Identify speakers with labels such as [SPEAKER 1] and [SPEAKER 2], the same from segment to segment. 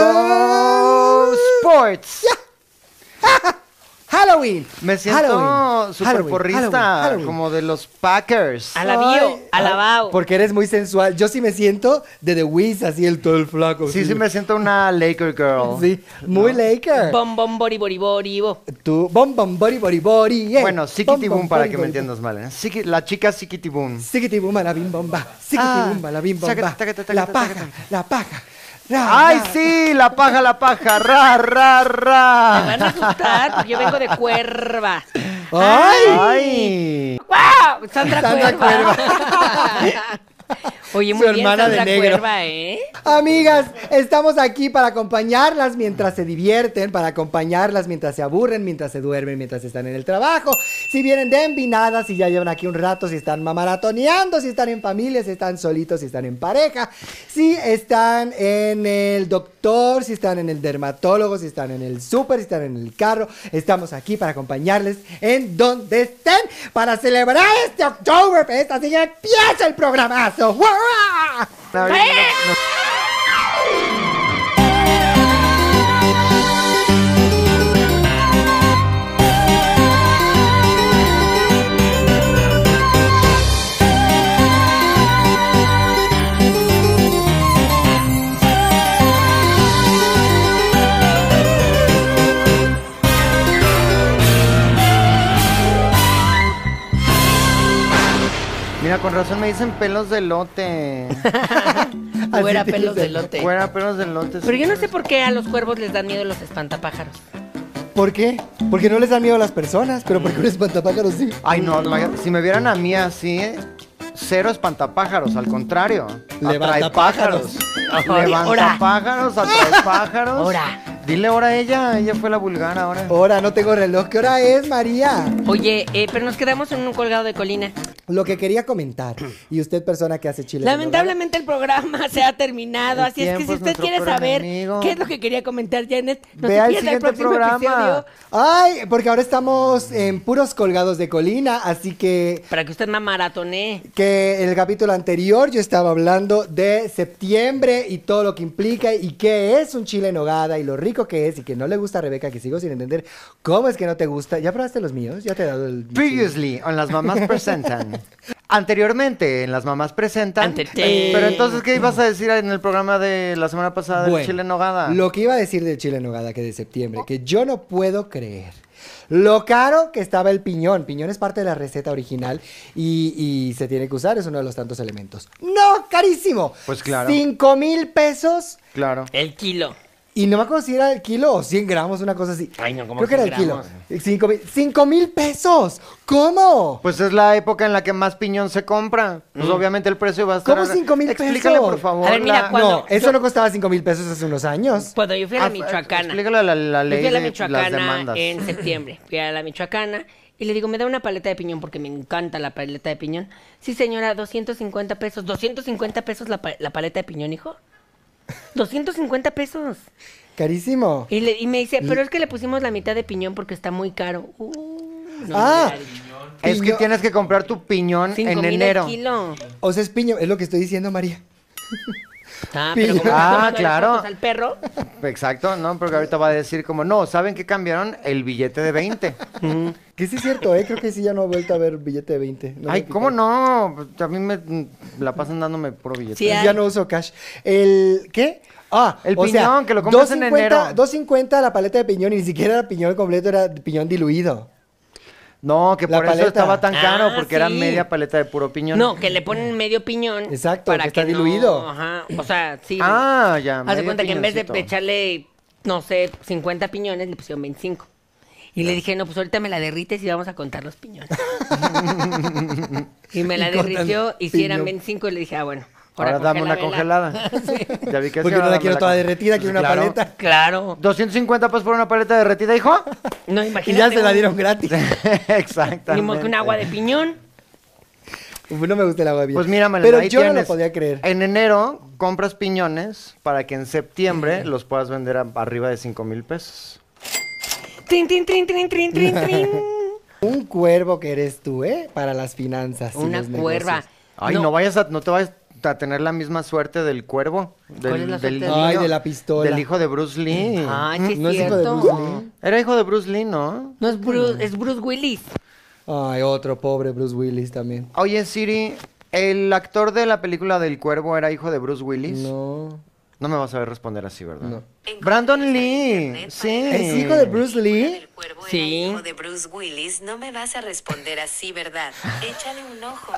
[SPEAKER 1] Go Sports.
[SPEAKER 2] Halloween.
[SPEAKER 1] Me siento
[SPEAKER 2] Halloween,
[SPEAKER 1] super
[SPEAKER 2] Halloween,
[SPEAKER 1] porrista,
[SPEAKER 2] Halloween, Halloween.
[SPEAKER 1] como de los Packers.
[SPEAKER 3] Alabío,
[SPEAKER 2] Ay,
[SPEAKER 3] alabao.
[SPEAKER 2] Porque eres muy sensual. Yo sí me siento de The Wiz, así el todo el flaco.
[SPEAKER 1] Sí,
[SPEAKER 2] así.
[SPEAKER 1] sí, me siento una Laker girl.
[SPEAKER 2] Sí, muy Laker.
[SPEAKER 3] Bom, bom, bori, bori, bori, bo.
[SPEAKER 2] Tú, bom, bom, body, body, body. eh.
[SPEAKER 1] Bueno,
[SPEAKER 2] Bom,
[SPEAKER 1] Sikitibum
[SPEAKER 2] bom,
[SPEAKER 1] para
[SPEAKER 2] body,
[SPEAKER 1] que me
[SPEAKER 2] body,
[SPEAKER 1] entiendas mal. ¿eh? Siki- la chica Sikitibum.
[SPEAKER 2] Siquitibum, la bim bomba. Siquitibum, la bim
[SPEAKER 1] Ah,
[SPEAKER 2] bomba.
[SPEAKER 1] tacata, tacata,
[SPEAKER 2] La
[SPEAKER 1] tacata,
[SPEAKER 2] paja, la paja. Ra,
[SPEAKER 1] ¡Ay,
[SPEAKER 2] ra.
[SPEAKER 1] sí! La paja, la paja. ¡Ra, ra,
[SPEAKER 3] Me van
[SPEAKER 1] ra!
[SPEAKER 3] a asustar porque yo vengo de cuerva.
[SPEAKER 2] ¡Ay!
[SPEAKER 1] ¡Ay!
[SPEAKER 3] ¡Wow! Sandra,
[SPEAKER 2] Sandra
[SPEAKER 3] Cuerva. Oye, muy
[SPEAKER 2] Su
[SPEAKER 3] bien,
[SPEAKER 2] hermana de
[SPEAKER 3] Sandra
[SPEAKER 2] negro.
[SPEAKER 3] Cuerva, ¿eh?
[SPEAKER 2] Amigas, estamos aquí para acompañarlas mientras se divierten, para acompañarlas mientras se aburren, mientras se duermen, mientras están en el trabajo. Si vienen de envinadas, si ya llevan aquí un rato, si están mamaratoneando, si están en familia, si están solitos, si están en pareja, si están en el doctor, si están en el dermatólogo, si están en el súper, si están en el carro. Estamos aquí para acompañarles en donde estén para celebrar este Oktoberfest. Así que empieza el programazo. ¡Guau!
[SPEAKER 1] No, no, no. Mira, con razón me dicen pelos de lote.
[SPEAKER 2] Así
[SPEAKER 3] Fuera
[SPEAKER 2] te
[SPEAKER 3] pelos de
[SPEAKER 2] dicen.
[SPEAKER 3] lote.
[SPEAKER 1] Fuera pelos de lote.
[SPEAKER 3] Pero yo no sé por qué a los cuervos les dan miedo los espantapájaros.
[SPEAKER 2] ¿Por qué? Porque no les dan miedo a las personas, pero porque un espantapájaros sí.
[SPEAKER 1] Ay, no, no, si me vieran a mí así, ¿eh? cero espantapájaros, al contrario.
[SPEAKER 2] Levanta
[SPEAKER 1] atrae pájaros.
[SPEAKER 3] Ay,
[SPEAKER 1] Levanta
[SPEAKER 3] ora.
[SPEAKER 1] pájaros, atrae pájaros.
[SPEAKER 3] Ora.
[SPEAKER 1] Dile ahora a ella, ella fue la vulgar ahora.
[SPEAKER 2] Ahora no tengo reloj. ¿Qué hora es, María?
[SPEAKER 3] Oye, eh, pero nos quedamos en un colgado de colina.
[SPEAKER 2] Lo que quería comentar, y usted persona que hace chile.
[SPEAKER 3] Lamentablemente el programa se ha terminado,
[SPEAKER 1] El
[SPEAKER 3] así es que
[SPEAKER 1] tiempo
[SPEAKER 3] si
[SPEAKER 1] es
[SPEAKER 3] usted
[SPEAKER 1] nuestro
[SPEAKER 3] quiere
[SPEAKER 1] peor
[SPEAKER 3] saber
[SPEAKER 1] enemigo.
[SPEAKER 3] qué es lo que quería comentar Janet, no
[SPEAKER 1] Ve
[SPEAKER 3] se
[SPEAKER 1] al
[SPEAKER 3] pierda el
[SPEAKER 1] siguiente
[SPEAKER 3] próximo
[SPEAKER 1] programa.
[SPEAKER 3] episodio.
[SPEAKER 2] Ay, porque ahora estamos en puros colgados de colina, así que
[SPEAKER 3] Para que usted me maratonee.
[SPEAKER 2] que en el capítulo anterior yo estaba hablando de septiembre y todo lo que implica y qué es un chile en hogada y lo rico que es y que no le gusta a Rebeca, que sigo sin entender cómo es que no te gusta. ¿Ya probaste los míos? ¿Ya te he dado el...
[SPEAKER 1] Previously, en Las Mamás Presentan. Anteriormente, en Las Mamás Presentan.
[SPEAKER 3] Ante-
[SPEAKER 1] Eh, Pero entonces, ¿qué ibas a decir en el programa de la semana pasada de
[SPEAKER 2] Bueno,
[SPEAKER 1] Chile en Nogada?
[SPEAKER 2] Lo que iba a decir del chile en nogada que de septiembre, que yo no puedo creer. Lo caro que estaba el piñón. Piñón es parte de la receta original y, y se tiene que usar, es uno de los tantos elementos. ¡No! ¡Carísimo!
[SPEAKER 1] Pues claro.
[SPEAKER 2] Cinco mil pesos
[SPEAKER 1] Claro.
[SPEAKER 3] El kilo.
[SPEAKER 2] y no me acuerdo si era el kilo o 100 gramos, una cosa así.
[SPEAKER 3] Ay, no, ¿cómo
[SPEAKER 2] Creo que era el
[SPEAKER 3] 100
[SPEAKER 2] kilo. Cinco mil, cinco mil pesos. ¿Cómo?
[SPEAKER 1] Pues es la época en la que más piñón se compra. Pues obviamente el precio va a estar.
[SPEAKER 2] Mm. ¿Cómo cinco mil
[SPEAKER 1] Explícale,
[SPEAKER 2] pesos?
[SPEAKER 1] por favor.
[SPEAKER 3] A ver, mira,
[SPEAKER 1] la-
[SPEAKER 3] ¿cuál- Cuando
[SPEAKER 2] no, eso
[SPEAKER 3] yo-
[SPEAKER 2] no costaba cinco mil pesos hace unos años.
[SPEAKER 3] Cuando yo fui a la
[SPEAKER 1] Ah,
[SPEAKER 3] Michoacana.
[SPEAKER 1] Explícale a la, la
[SPEAKER 3] Yo
[SPEAKER 1] ley
[SPEAKER 3] fui a la
[SPEAKER 1] de las
[SPEAKER 3] Michoacana
[SPEAKER 1] demandas.
[SPEAKER 3] en septiembre. Fui a la Michoacana y le digo, ¿me da una paleta de piñón? Porque me encanta la paleta de piñón. Sí, señora, 250 pesos. ¿250 pesos la, pa- la paleta de piñón, hijo? 250 pesos.
[SPEAKER 2] Carísimo.
[SPEAKER 3] Y, le- y me dice, pero es que le pusimos la mitad de piñón porque está muy caro. Uh, no,
[SPEAKER 2] Ah.
[SPEAKER 3] me hubiera dicho.
[SPEAKER 1] Es que
[SPEAKER 2] Piñón.
[SPEAKER 1] tienes que comprar tu piñón
[SPEAKER 3] Cinco
[SPEAKER 1] en
[SPEAKER 3] mil el
[SPEAKER 1] enero.
[SPEAKER 3] kilo.
[SPEAKER 2] O sea, es piñón, es lo que estoy diciendo, María.
[SPEAKER 3] Ah, pero
[SPEAKER 2] Piñón.
[SPEAKER 3] como
[SPEAKER 1] Ah,
[SPEAKER 3] ah,
[SPEAKER 1] claro.
[SPEAKER 3] claro. al perro.
[SPEAKER 1] Exacto, ¿no? Porque ahorita va a decir como, no, ¿saben qué cambiaron? El billete de 20.
[SPEAKER 2] Que sí es cierto, ¿eh? Creo que sí ya no he vuelto a ver billete de 20. No
[SPEAKER 1] Ay,
[SPEAKER 2] me he
[SPEAKER 1] ¿cómo
[SPEAKER 2] fijado.
[SPEAKER 1] no? A mí me la pasan dándome puro billete.
[SPEAKER 3] Sí, ah. hay.
[SPEAKER 2] Ya no uso cash. El... ¿Qué? Ah,
[SPEAKER 1] El
[SPEAKER 2] o sea,
[SPEAKER 1] piñón, que lo compras en
[SPEAKER 2] 2.50,
[SPEAKER 1] enero.
[SPEAKER 2] 2.50 la paleta de piñón y ni siquiera era piñón completo, era piñón diluido.
[SPEAKER 1] No, que
[SPEAKER 2] La
[SPEAKER 1] por eso
[SPEAKER 2] paleta.
[SPEAKER 1] estaba tan
[SPEAKER 3] Ah,
[SPEAKER 1] caro, porque era
[SPEAKER 3] sí.
[SPEAKER 1] media paleta de puro piñón.
[SPEAKER 3] No, que le ponen medio piñón.
[SPEAKER 2] Exacto, que está
[SPEAKER 3] no-
[SPEAKER 2] diluido.
[SPEAKER 3] ajá. O sea, sí.
[SPEAKER 1] Ah, ya,
[SPEAKER 3] Haz de
[SPEAKER 1] medio
[SPEAKER 3] cuenta que en vez de
[SPEAKER 1] piñoncito.
[SPEAKER 3] echarle, no sé, 50 piñones, le pusieron 25. Y le dije, no, pues ahorita me la derrites y vamos a contar los piñones. y me la
[SPEAKER 2] Y cortan
[SPEAKER 3] derritió y si eran
[SPEAKER 2] piñón.
[SPEAKER 3] 25 y le dije, ah, bueno.
[SPEAKER 1] Ahora dame una
[SPEAKER 3] congélala.
[SPEAKER 1] congelada. Ya vi que sí,
[SPEAKER 2] Porque no
[SPEAKER 1] ahora
[SPEAKER 2] la
[SPEAKER 1] dame
[SPEAKER 2] quiero toda
[SPEAKER 1] con-
[SPEAKER 2] derretida, quiero una
[SPEAKER 1] Claro.
[SPEAKER 2] paleta.
[SPEAKER 3] Claro.
[SPEAKER 1] 250 pesos por una paleta derretida, hijo.
[SPEAKER 3] No,
[SPEAKER 2] Y
[SPEAKER 3] imagínate.
[SPEAKER 2] ya se la
[SPEAKER 3] un-
[SPEAKER 2] dieron gratis.
[SPEAKER 3] Ni
[SPEAKER 1] Exactamente.
[SPEAKER 3] modo que un agua de piñón.
[SPEAKER 2] No me gusta el agua bien.
[SPEAKER 1] Pues mira, Malena,
[SPEAKER 2] Pero
[SPEAKER 1] ahí
[SPEAKER 2] yo no lo
[SPEAKER 1] tienes.
[SPEAKER 2] podía creer.
[SPEAKER 1] En enero compras piñones para que en septiembre los puedas vender a- arriba de 5 mil pesos.
[SPEAKER 3] Trin, trin, trin, trin, trin, trin, trin.
[SPEAKER 2] Un cuervo que eres tú, ¿eh? Para las finanzas. y
[SPEAKER 3] Una
[SPEAKER 2] los negocios.
[SPEAKER 3] cuerva.
[SPEAKER 1] Ay, no, vayas a, no te vayas a tener la misma suerte del cuervo. Del,
[SPEAKER 3] ¿Cuál es la
[SPEAKER 1] del
[SPEAKER 3] suerte del
[SPEAKER 2] Ay,
[SPEAKER 1] niño-
[SPEAKER 2] de la pistola.
[SPEAKER 1] Del hijo de Bruce Lee.
[SPEAKER 3] Ay, sí es
[SPEAKER 2] ¿No es hijo de
[SPEAKER 3] cierto.
[SPEAKER 2] Bruce Lee?
[SPEAKER 1] Era hijo de Bruce Lee, ¿no?
[SPEAKER 3] no es Bruce, es Bruce Willis.
[SPEAKER 2] Ay, otro pobre Bruce Willis también.
[SPEAKER 1] Oye, Siri, ¿el actor de la película del cuervo era hijo de Bruce Willis?
[SPEAKER 2] No.
[SPEAKER 1] No me vas a ver responder así, ¿verdad?
[SPEAKER 2] No.
[SPEAKER 1] Brandon Lee. Sí.
[SPEAKER 2] ¿Es hijo de Bruce Lee?
[SPEAKER 4] El cuervo era
[SPEAKER 3] Sí.
[SPEAKER 4] hijo de Bruce Willis. No me vas a responder así, ¿verdad? Échale un ojo.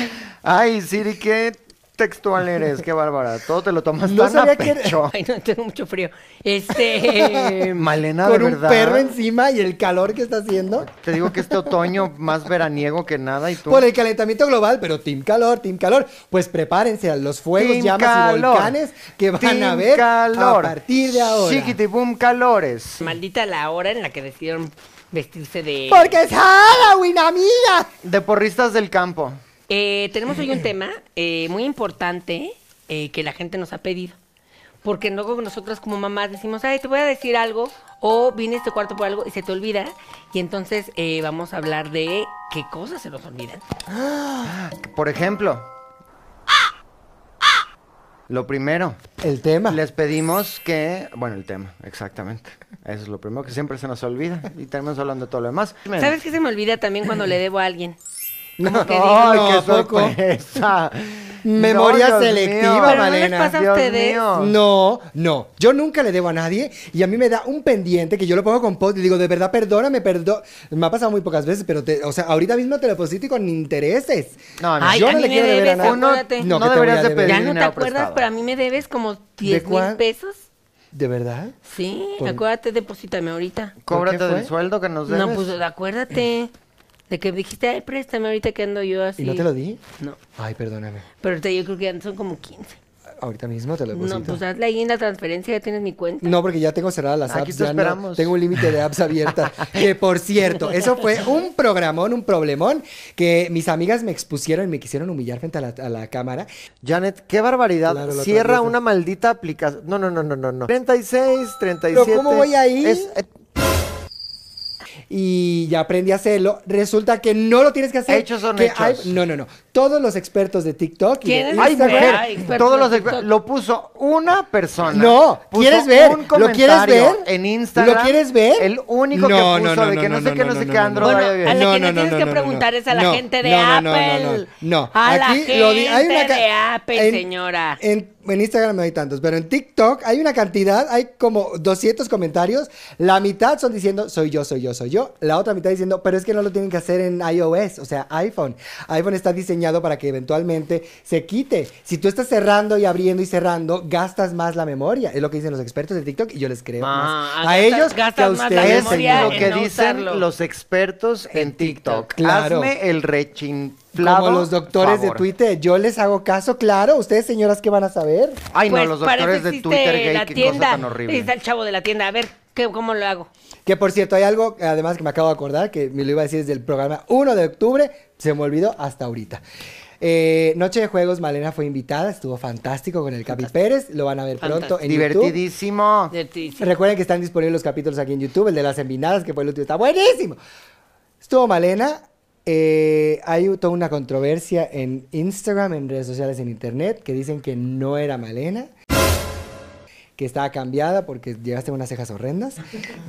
[SPEAKER 1] Ay, Siri, qué textual eres, qué bárbara. Todo te lo tomas
[SPEAKER 2] No
[SPEAKER 1] tan
[SPEAKER 2] sabía
[SPEAKER 1] a
[SPEAKER 2] que era-
[SPEAKER 1] pecho.
[SPEAKER 3] Ay, no, tengo mucho frío. Este.
[SPEAKER 1] Malena,
[SPEAKER 2] Con
[SPEAKER 1] de
[SPEAKER 2] un
[SPEAKER 1] verdad.
[SPEAKER 2] perro encima y el calor que está haciendo.
[SPEAKER 1] Te digo que este otoño más veraniego que nada y tú.
[SPEAKER 2] Por el calentamiento global, pero Team Calor, Team Calor. Pues prepárense a los fuegos,
[SPEAKER 1] Team
[SPEAKER 2] llamas y
[SPEAKER 1] calor.
[SPEAKER 2] volcanes que van
[SPEAKER 1] Team
[SPEAKER 2] a ver
[SPEAKER 1] calor.
[SPEAKER 2] a partir de ahora.
[SPEAKER 1] Chiquitibum calores.
[SPEAKER 3] Maldita la hora en la que decidieron vestirse de.
[SPEAKER 2] Porque es Halloween, amiga.
[SPEAKER 1] De porristas del campo.
[SPEAKER 3] Eh, tenemos hoy un tema eh, muy importante eh, que la gente nos ha pedido. Porque luego nosotros como mamás decimos, ay, te voy a decir algo, o vine a este cuarto por algo y se te olvida. Y entonces eh, vamos a hablar de qué cosas se nos olvidan.
[SPEAKER 1] Por ejemplo. Lo primero,
[SPEAKER 2] El tema.
[SPEAKER 1] les pedimos que, bueno, el tema, exactamente. Eso es lo primero que siempre se nos olvida y terminamos hablando de todo lo demás.
[SPEAKER 3] ¿Sabes qué se me olvida también cuando le debo a alguien?
[SPEAKER 2] No,
[SPEAKER 3] Como que digo,
[SPEAKER 1] Ay,
[SPEAKER 2] no,
[SPEAKER 1] qué
[SPEAKER 2] ¿a poco?
[SPEAKER 1] sorpresa.
[SPEAKER 2] Memoria
[SPEAKER 1] Dios
[SPEAKER 2] selectiva,
[SPEAKER 1] mío.
[SPEAKER 3] Pero no les
[SPEAKER 2] Malena.
[SPEAKER 3] pasa a
[SPEAKER 1] Dios
[SPEAKER 3] ustedes.
[SPEAKER 1] mío.
[SPEAKER 2] No, no. Yo nunca le debo a nadie y a mí me da un pendiente que yo lo pongo con post y digo, de verdad, perdóname, perdón. Me ha pasado muy pocas veces, pero, te- o sea, ahorita mismo te lo posito y con intereses.
[SPEAKER 1] No, no.
[SPEAKER 3] Ay,
[SPEAKER 2] yo
[SPEAKER 3] a
[SPEAKER 2] no
[SPEAKER 3] mí
[SPEAKER 2] le
[SPEAKER 3] me
[SPEAKER 2] quiero deber a
[SPEAKER 3] debes,
[SPEAKER 2] nadie.
[SPEAKER 1] Uno,
[SPEAKER 3] acuérdate.
[SPEAKER 2] No,
[SPEAKER 1] no,
[SPEAKER 2] que te
[SPEAKER 1] deberías
[SPEAKER 2] voy a
[SPEAKER 1] de
[SPEAKER 2] deber.
[SPEAKER 1] pedir
[SPEAKER 3] ya no te
[SPEAKER 1] dinero
[SPEAKER 3] acuerdas,
[SPEAKER 1] prestado.
[SPEAKER 3] pero a mí me debes como 10 mil
[SPEAKER 2] cuál?
[SPEAKER 3] pesos.
[SPEAKER 2] ¿De verdad?
[SPEAKER 3] Sí,
[SPEAKER 2] Por-
[SPEAKER 3] acuérdate, deposítame ahorita.
[SPEAKER 1] Cóbrate
[SPEAKER 2] ¿Por qué
[SPEAKER 1] del
[SPEAKER 2] fue?
[SPEAKER 1] sueldo que nos debes.
[SPEAKER 3] No, pues acuérdate de que dijiste, ay, préstame ahorita que ando yo así.
[SPEAKER 2] ¿Y no te lo di?
[SPEAKER 3] No,
[SPEAKER 2] Ay, perdóname.
[SPEAKER 3] pero te, yo creo que ya son como 15.
[SPEAKER 2] Ahorita mismo te lo deposito.
[SPEAKER 3] No, pues hazle ahí en la transferencia, ya tienes mi cuenta.
[SPEAKER 2] No, porque ya tengo cerradas las apps.
[SPEAKER 1] Aquí te
[SPEAKER 2] ya no.
[SPEAKER 1] esperamos.
[SPEAKER 2] tengo un límite de apps abiertas. que por cierto, eso fue un programón, un problemón que mis amigas me expusieron y me quisieron humillar frente a la, a la cámara.
[SPEAKER 1] Janet, qué barbaridad.
[SPEAKER 2] Claro, la
[SPEAKER 1] Cierra
[SPEAKER 2] traviesa.
[SPEAKER 1] una maldita aplicación. No, no, no, no, no, no. 36, 37.
[SPEAKER 2] ¿Pero cómo voy ahí?
[SPEAKER 1] Es- eh,
[SPEAKER 2] Y ya aprendí a hacerlo. Resulta que no lo tienes que hacer.
[SPEAKER 1] Hechos son
[SPEAKER 2] que
[SPEAKER 1] hechos.
[SPEAKER 2] no, no, no. Todos los expertos de TikTok. y de
[SPEAKER 3] ¿Quieres
[SPEAKER 1] ay,
[SPEAKER 3] Instagram.
[SPEAKER 1] mujer.
[SPEAKER 3] Ay, experto
[SPEAKER 1] todos
[SPEAKER 3] en
[SPEAKER 1] los
[SPEAKER 3] TikTok.
[SPEAKER 1] exper- lo puso una persona.
[SPEAKER 2] No,
[SPEAKER 1] Puso
[SPEAKER 2] ¿quieres ver?
[SPEAKER 1] un
[SPEAKER 2] ¿Lo quieres
[SPEAKER 1] comentario
[SPEAKER 2] ver?
[SPEAKER 1] En Instagram.
[SPEAKER 2] ¿Lo quieres ver?
[SPEAKER 1] El único
[SPEAKER 2] No,
[SPEAKER 1] que puso
[SPEAKER 2] no, no,
[SPEAKER 1] de que
[SPEAKER 2] no,
[SPEAKER 1] no, sé
[SPEAKER 2] no,
[SPEAKER 1] qué,
[SPEAKER 2] no,
[SPEAKER 1] no,
[SPEAKER 2] no,
[SPEAKER 1] sé qué
[SPEAKER 2] no, no,
[SPEAKER 1] Android
[SPEAKER 3] Bueno,
[SPEAKER 1] había visto.
[SPEAKER 3] a la
[SPEAKER 2] No,
[SPEAKER 3] que
[SPEAKER 2] no,
[SPEAKER 3] le
[SPEAKER 2] no,
[SPEAKER 3] tienes
[SPEAKER 2] no,
[SPEAKER 3] que
[SPEAKER 2] no, no,
[SPEAKER 3] preguntar
[SPEAKER 2] no.
[SPEAKER 3] es a la
[SPEAKER 2] No,
[SPEAKER 3] gente de
[SPEAKER 2] no, no, no,
[SPEAKER 3] Apple.
[SPEAKER 2] no, no, no.
[SPEAKER 3] A la
[SPEAKER 2] Aquí
[SPEAKER 3] gente
[SPEAKER 2] lo di- hay una ca-
[SPEAKER 3] de Apple,
[SPEAKER 2] en-
[SPEAKER 3] señora.
[SPEAKER 2] En, en Instagram no hay tantos, pero en TikTok hay una cantidad, hay como 200 comentarios. La mitad son diciendo, soy yo, soy yo, soy yo. La otra mitad diciendo, pero es que no lo tienen que hacer en iOS, o sea, iPhone. iPhone está diseñado para que eventualmente se quite. Si tú estás cerrando y abriendo y cerrando, gastas más la memoria. Es lo que dicen los expertos de TikTok y yo les creo
[SPEAKER 3] Ah,
[SPEAKER 2] más. A
[SPEAKER 3] gastas-
[SPEAKER 2] ellos que a
[SPEAKER 3] gastas más la
[SPEAKER 2] ustedes,
[SPEAKER 3] memoria
[SPEAKER 2] señor.
[SPEAKER 1] lo
[SPEAKER 3] en
[SPEAKER 1] que
[SPEAKER 3] no
[SPEAKER 1] dicen
[SPEAKER 3] usarlo.
[SPEAKER 1] los expertos en TikTok.
[SPEAKER 2] Claro.
[SPEAKER 1] Hazme el rechinflado.
[SPEAKER 2] Como los doctores de
[SPEAKER 1] favor.
[SPEAKER 2] Twitter, yo les hago caso, claro. Ustedes, señoras, ¿qué van a saber?
[SPEAKER 1] Ay,
[SPEAKER 3] Pues
[SPEAKER 1] no, los
[SPEAKER 3] para eso
[SPEAKER 1] doctores de
[SPEAKER 3] existe
[SPEAKER 1] Twitter gay,
[SPEAKER 3] la
[SPEAKER 1] qué
[SPEAKER 3] tienda.
[SPEAKER 1] cosa tan horrible.
[SPEAKER 3] Está el chavo de la tienda, a ver, ¿qué, ¿cómo lo hago?
[SPEAKER 2] Que por cierto, hay algo eh, además que me acabo de acordar, que me lo iba a decir desde el programa 1 de octubre, se me olvidó hasta ahorita. Eh, Noche de Juegos, Malena fue invitada, estuvo fantástico con el Capi Pérez, lo van a ver pronto en YouTube.
[SPEAKER 1] Divertidísimo.
[SPEAKER 3] De ti, sí.
[SPEAKER 2] Recuerden que están disponibles los capítulos aquí en YouTube, el de las envinadas, que fue el último, está buenísimo. Estuvo Malena, eh, hay toda una controversia en Instagram, en redes sociales, en internet, que dicen que no era Malena, que estaba cambiada porque llegaste a unas cejas horrendas,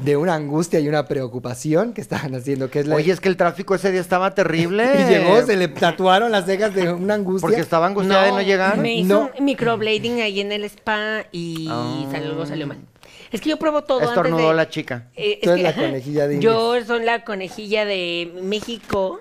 [SPEAKER 2] de una angustia y una preocupación que estaban haciendo, que es la...
[SPEAKER 1] Oye, es que el tráfico ese día estaba terrible.
[SPEAKER 2] y llegó, se le tatuaron las cejas de una angustia.
[SPEAKER 1] Porque estaba angustiada Pues, de no llegar.
[SPEAKER 3] Me hizo
[SPEAKER 2] No.
[SPEAKER 3] un microblading ahí en el spa y salió- luego salió mal. Es que yo pruebo todo antes
[SPEAKER 1] Estornudó
[SPEAKER 3] de...
[SPEAKER 1] la chica.
[SPEAKER 3] Eh, es
[SPEAKER 2] Tú eres
[SPEAKER 3] que-
[SPEAKER 2] la conejilla de Indias.
[SPEAKER 3] Yo soy la conejilla de México.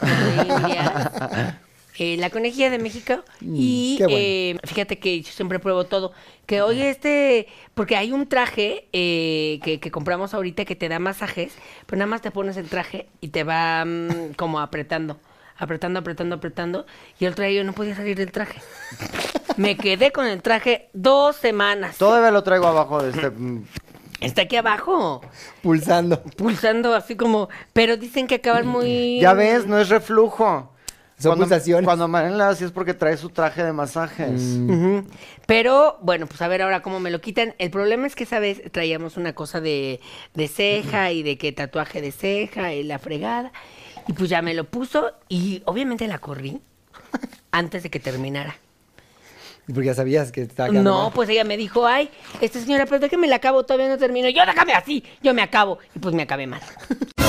[SPEAKER 3] de Indias. Eh, la conejilla de México. y
[SPEAKER 2] Mm, qué bueno.
[SPEAKER 3] eh, fíjate que yo siempre pruebo todo. Que hoy este. Porque hay un traje eh, que, que compramos ahorita que te da masajes. Pero nada más te pones el traje y te va mm, como apretando. Apretando, apretando, apretando. Y el otro día yo no podía salir del traje. Me quedé con el traje dos semanas.
[SPEAKER 1] Todavía lo traigo abajo de este. mm,
[SPEAKER 3] Está aquí abajo
[SPEAKER 2] Pulsando.
[SPEAKER 3] pulsando así como, pero dicen que acaban muy...
[SPEAKER 1] Ya ves, no es reflujo.
[SPEAKER 2] Son
[SPEAKER 1] cuando,
[SPEAKER 2] pulsaciones.
[SPEAKER 1] Cuando Mariana así es porque trae su traje de masajes.
[SPEAKER 3] Ujú. Pero bueno, pues a ver ahora cómo me lo quitan. El problema es que esa vez traíamos una cosa de, de ceja y de que tatuaje de ceja y la fregada. Y pues ya me lo puso y obviamente la corrí antes de que terminara.
[SPEAKER 2] ¿Y porque ya sabías que estaba quedando
[SPEAKER 3] No,
[SPEAKER 2] mal?
[SPEAKER 3] pues ella me dijo, ay, esta señora, pero déjame la acabo, todavía no termino. Yo déjame así, yo me acabo. Y pues me acabé mal.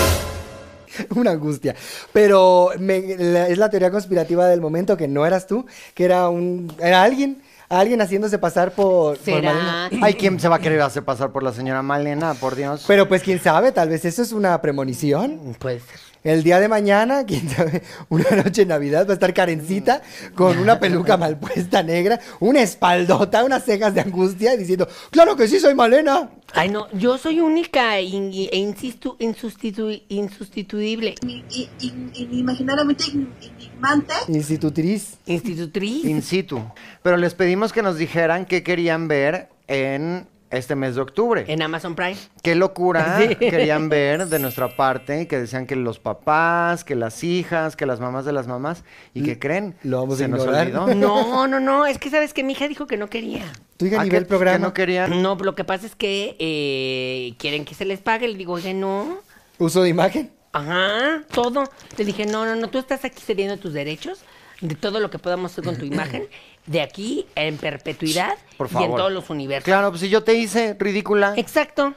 [SPEAKER 2] Una angustia. Pero me- la- es la teoría conspirativa del momento que no eras tú, que era un era alguien, alguien haciéndose pasar por, por
[SPEAKER 3] ¿Será?
[SPEAKER 2] Malena.
[SPEAKER 1] Ay, ¿quién se va a querer hacer pasar por la señora Malena? Por Dios.
[SPEAKER 2] Pero pues quién sabe, tal vez eso es una premonición.
[SPEAKER 3] Puede ser.
[SPEAKER 2] El día de mañana, quién sabe, una noche en Navidad va a estar Karencita con una peluca mal puesta negra, una espaldota, unas cejas de angustia y diciendo, claro que sí soy Malena.
[SPEAKER 3] Ay, no, yo soy única in- e insisto, insustitu- insustituible.
[SPEAKER 5] in- in- in- inimaginablemente in- enigmante
[SPEAKER 2] Institutriz.
[SPEAKER 3] Institutriz.
[SPEAKER 1] In situ. Pero les pedimos que nos dijeran qué querían ver en este mes de octubre.
[SPEAKER 3] en Amazon Prime.
[SPEAKER 1] Qué locura
[SPEAKER 3] Sí.
[SPEAKER 1] querían ver de nuestra parte, que decían que los papás, que las hijas, que las mamás de las mamás, y que creen,
[SPEAKER 2] lo vamos
[SPEAKER 1] se
[SPEAKER 2] a
[SPEAKER 1] nos
[SPEAKER 2] ignorar.
[SPEAKER 1] olvidó.
[SPEAKER 3] No, no, no, es que sabes que mi hija dijo que no quería.
[SPEAKER 2] Tú hija
[SPEAKER 1] Ah,
[SPEAKER 2] ni
[SPEAKER 1] que-
[SPEAKER 2] ve el programa.
[SPEAKER 1] Que no querían.
[SPEAKER 3] No, lo que pasa es que eh, quieren que se les pague. Le digo, oye, no.
[SPEAKER 2] Uso de imagen.
[SPEAKER 3] Ajá, todo. Le dije, no, no, no, tú estás aquí cediendo tus derechos de todo lo que podamos hacer con tu imagen, de aquí en perpetuidad
[SPEAKER 1] Por favor.
[SPEAKER 3] y en todos los universos.
[SPEAKER 1] Claro, pues si yo te hice, ridícula.
[SPEAKER 3] Exacto.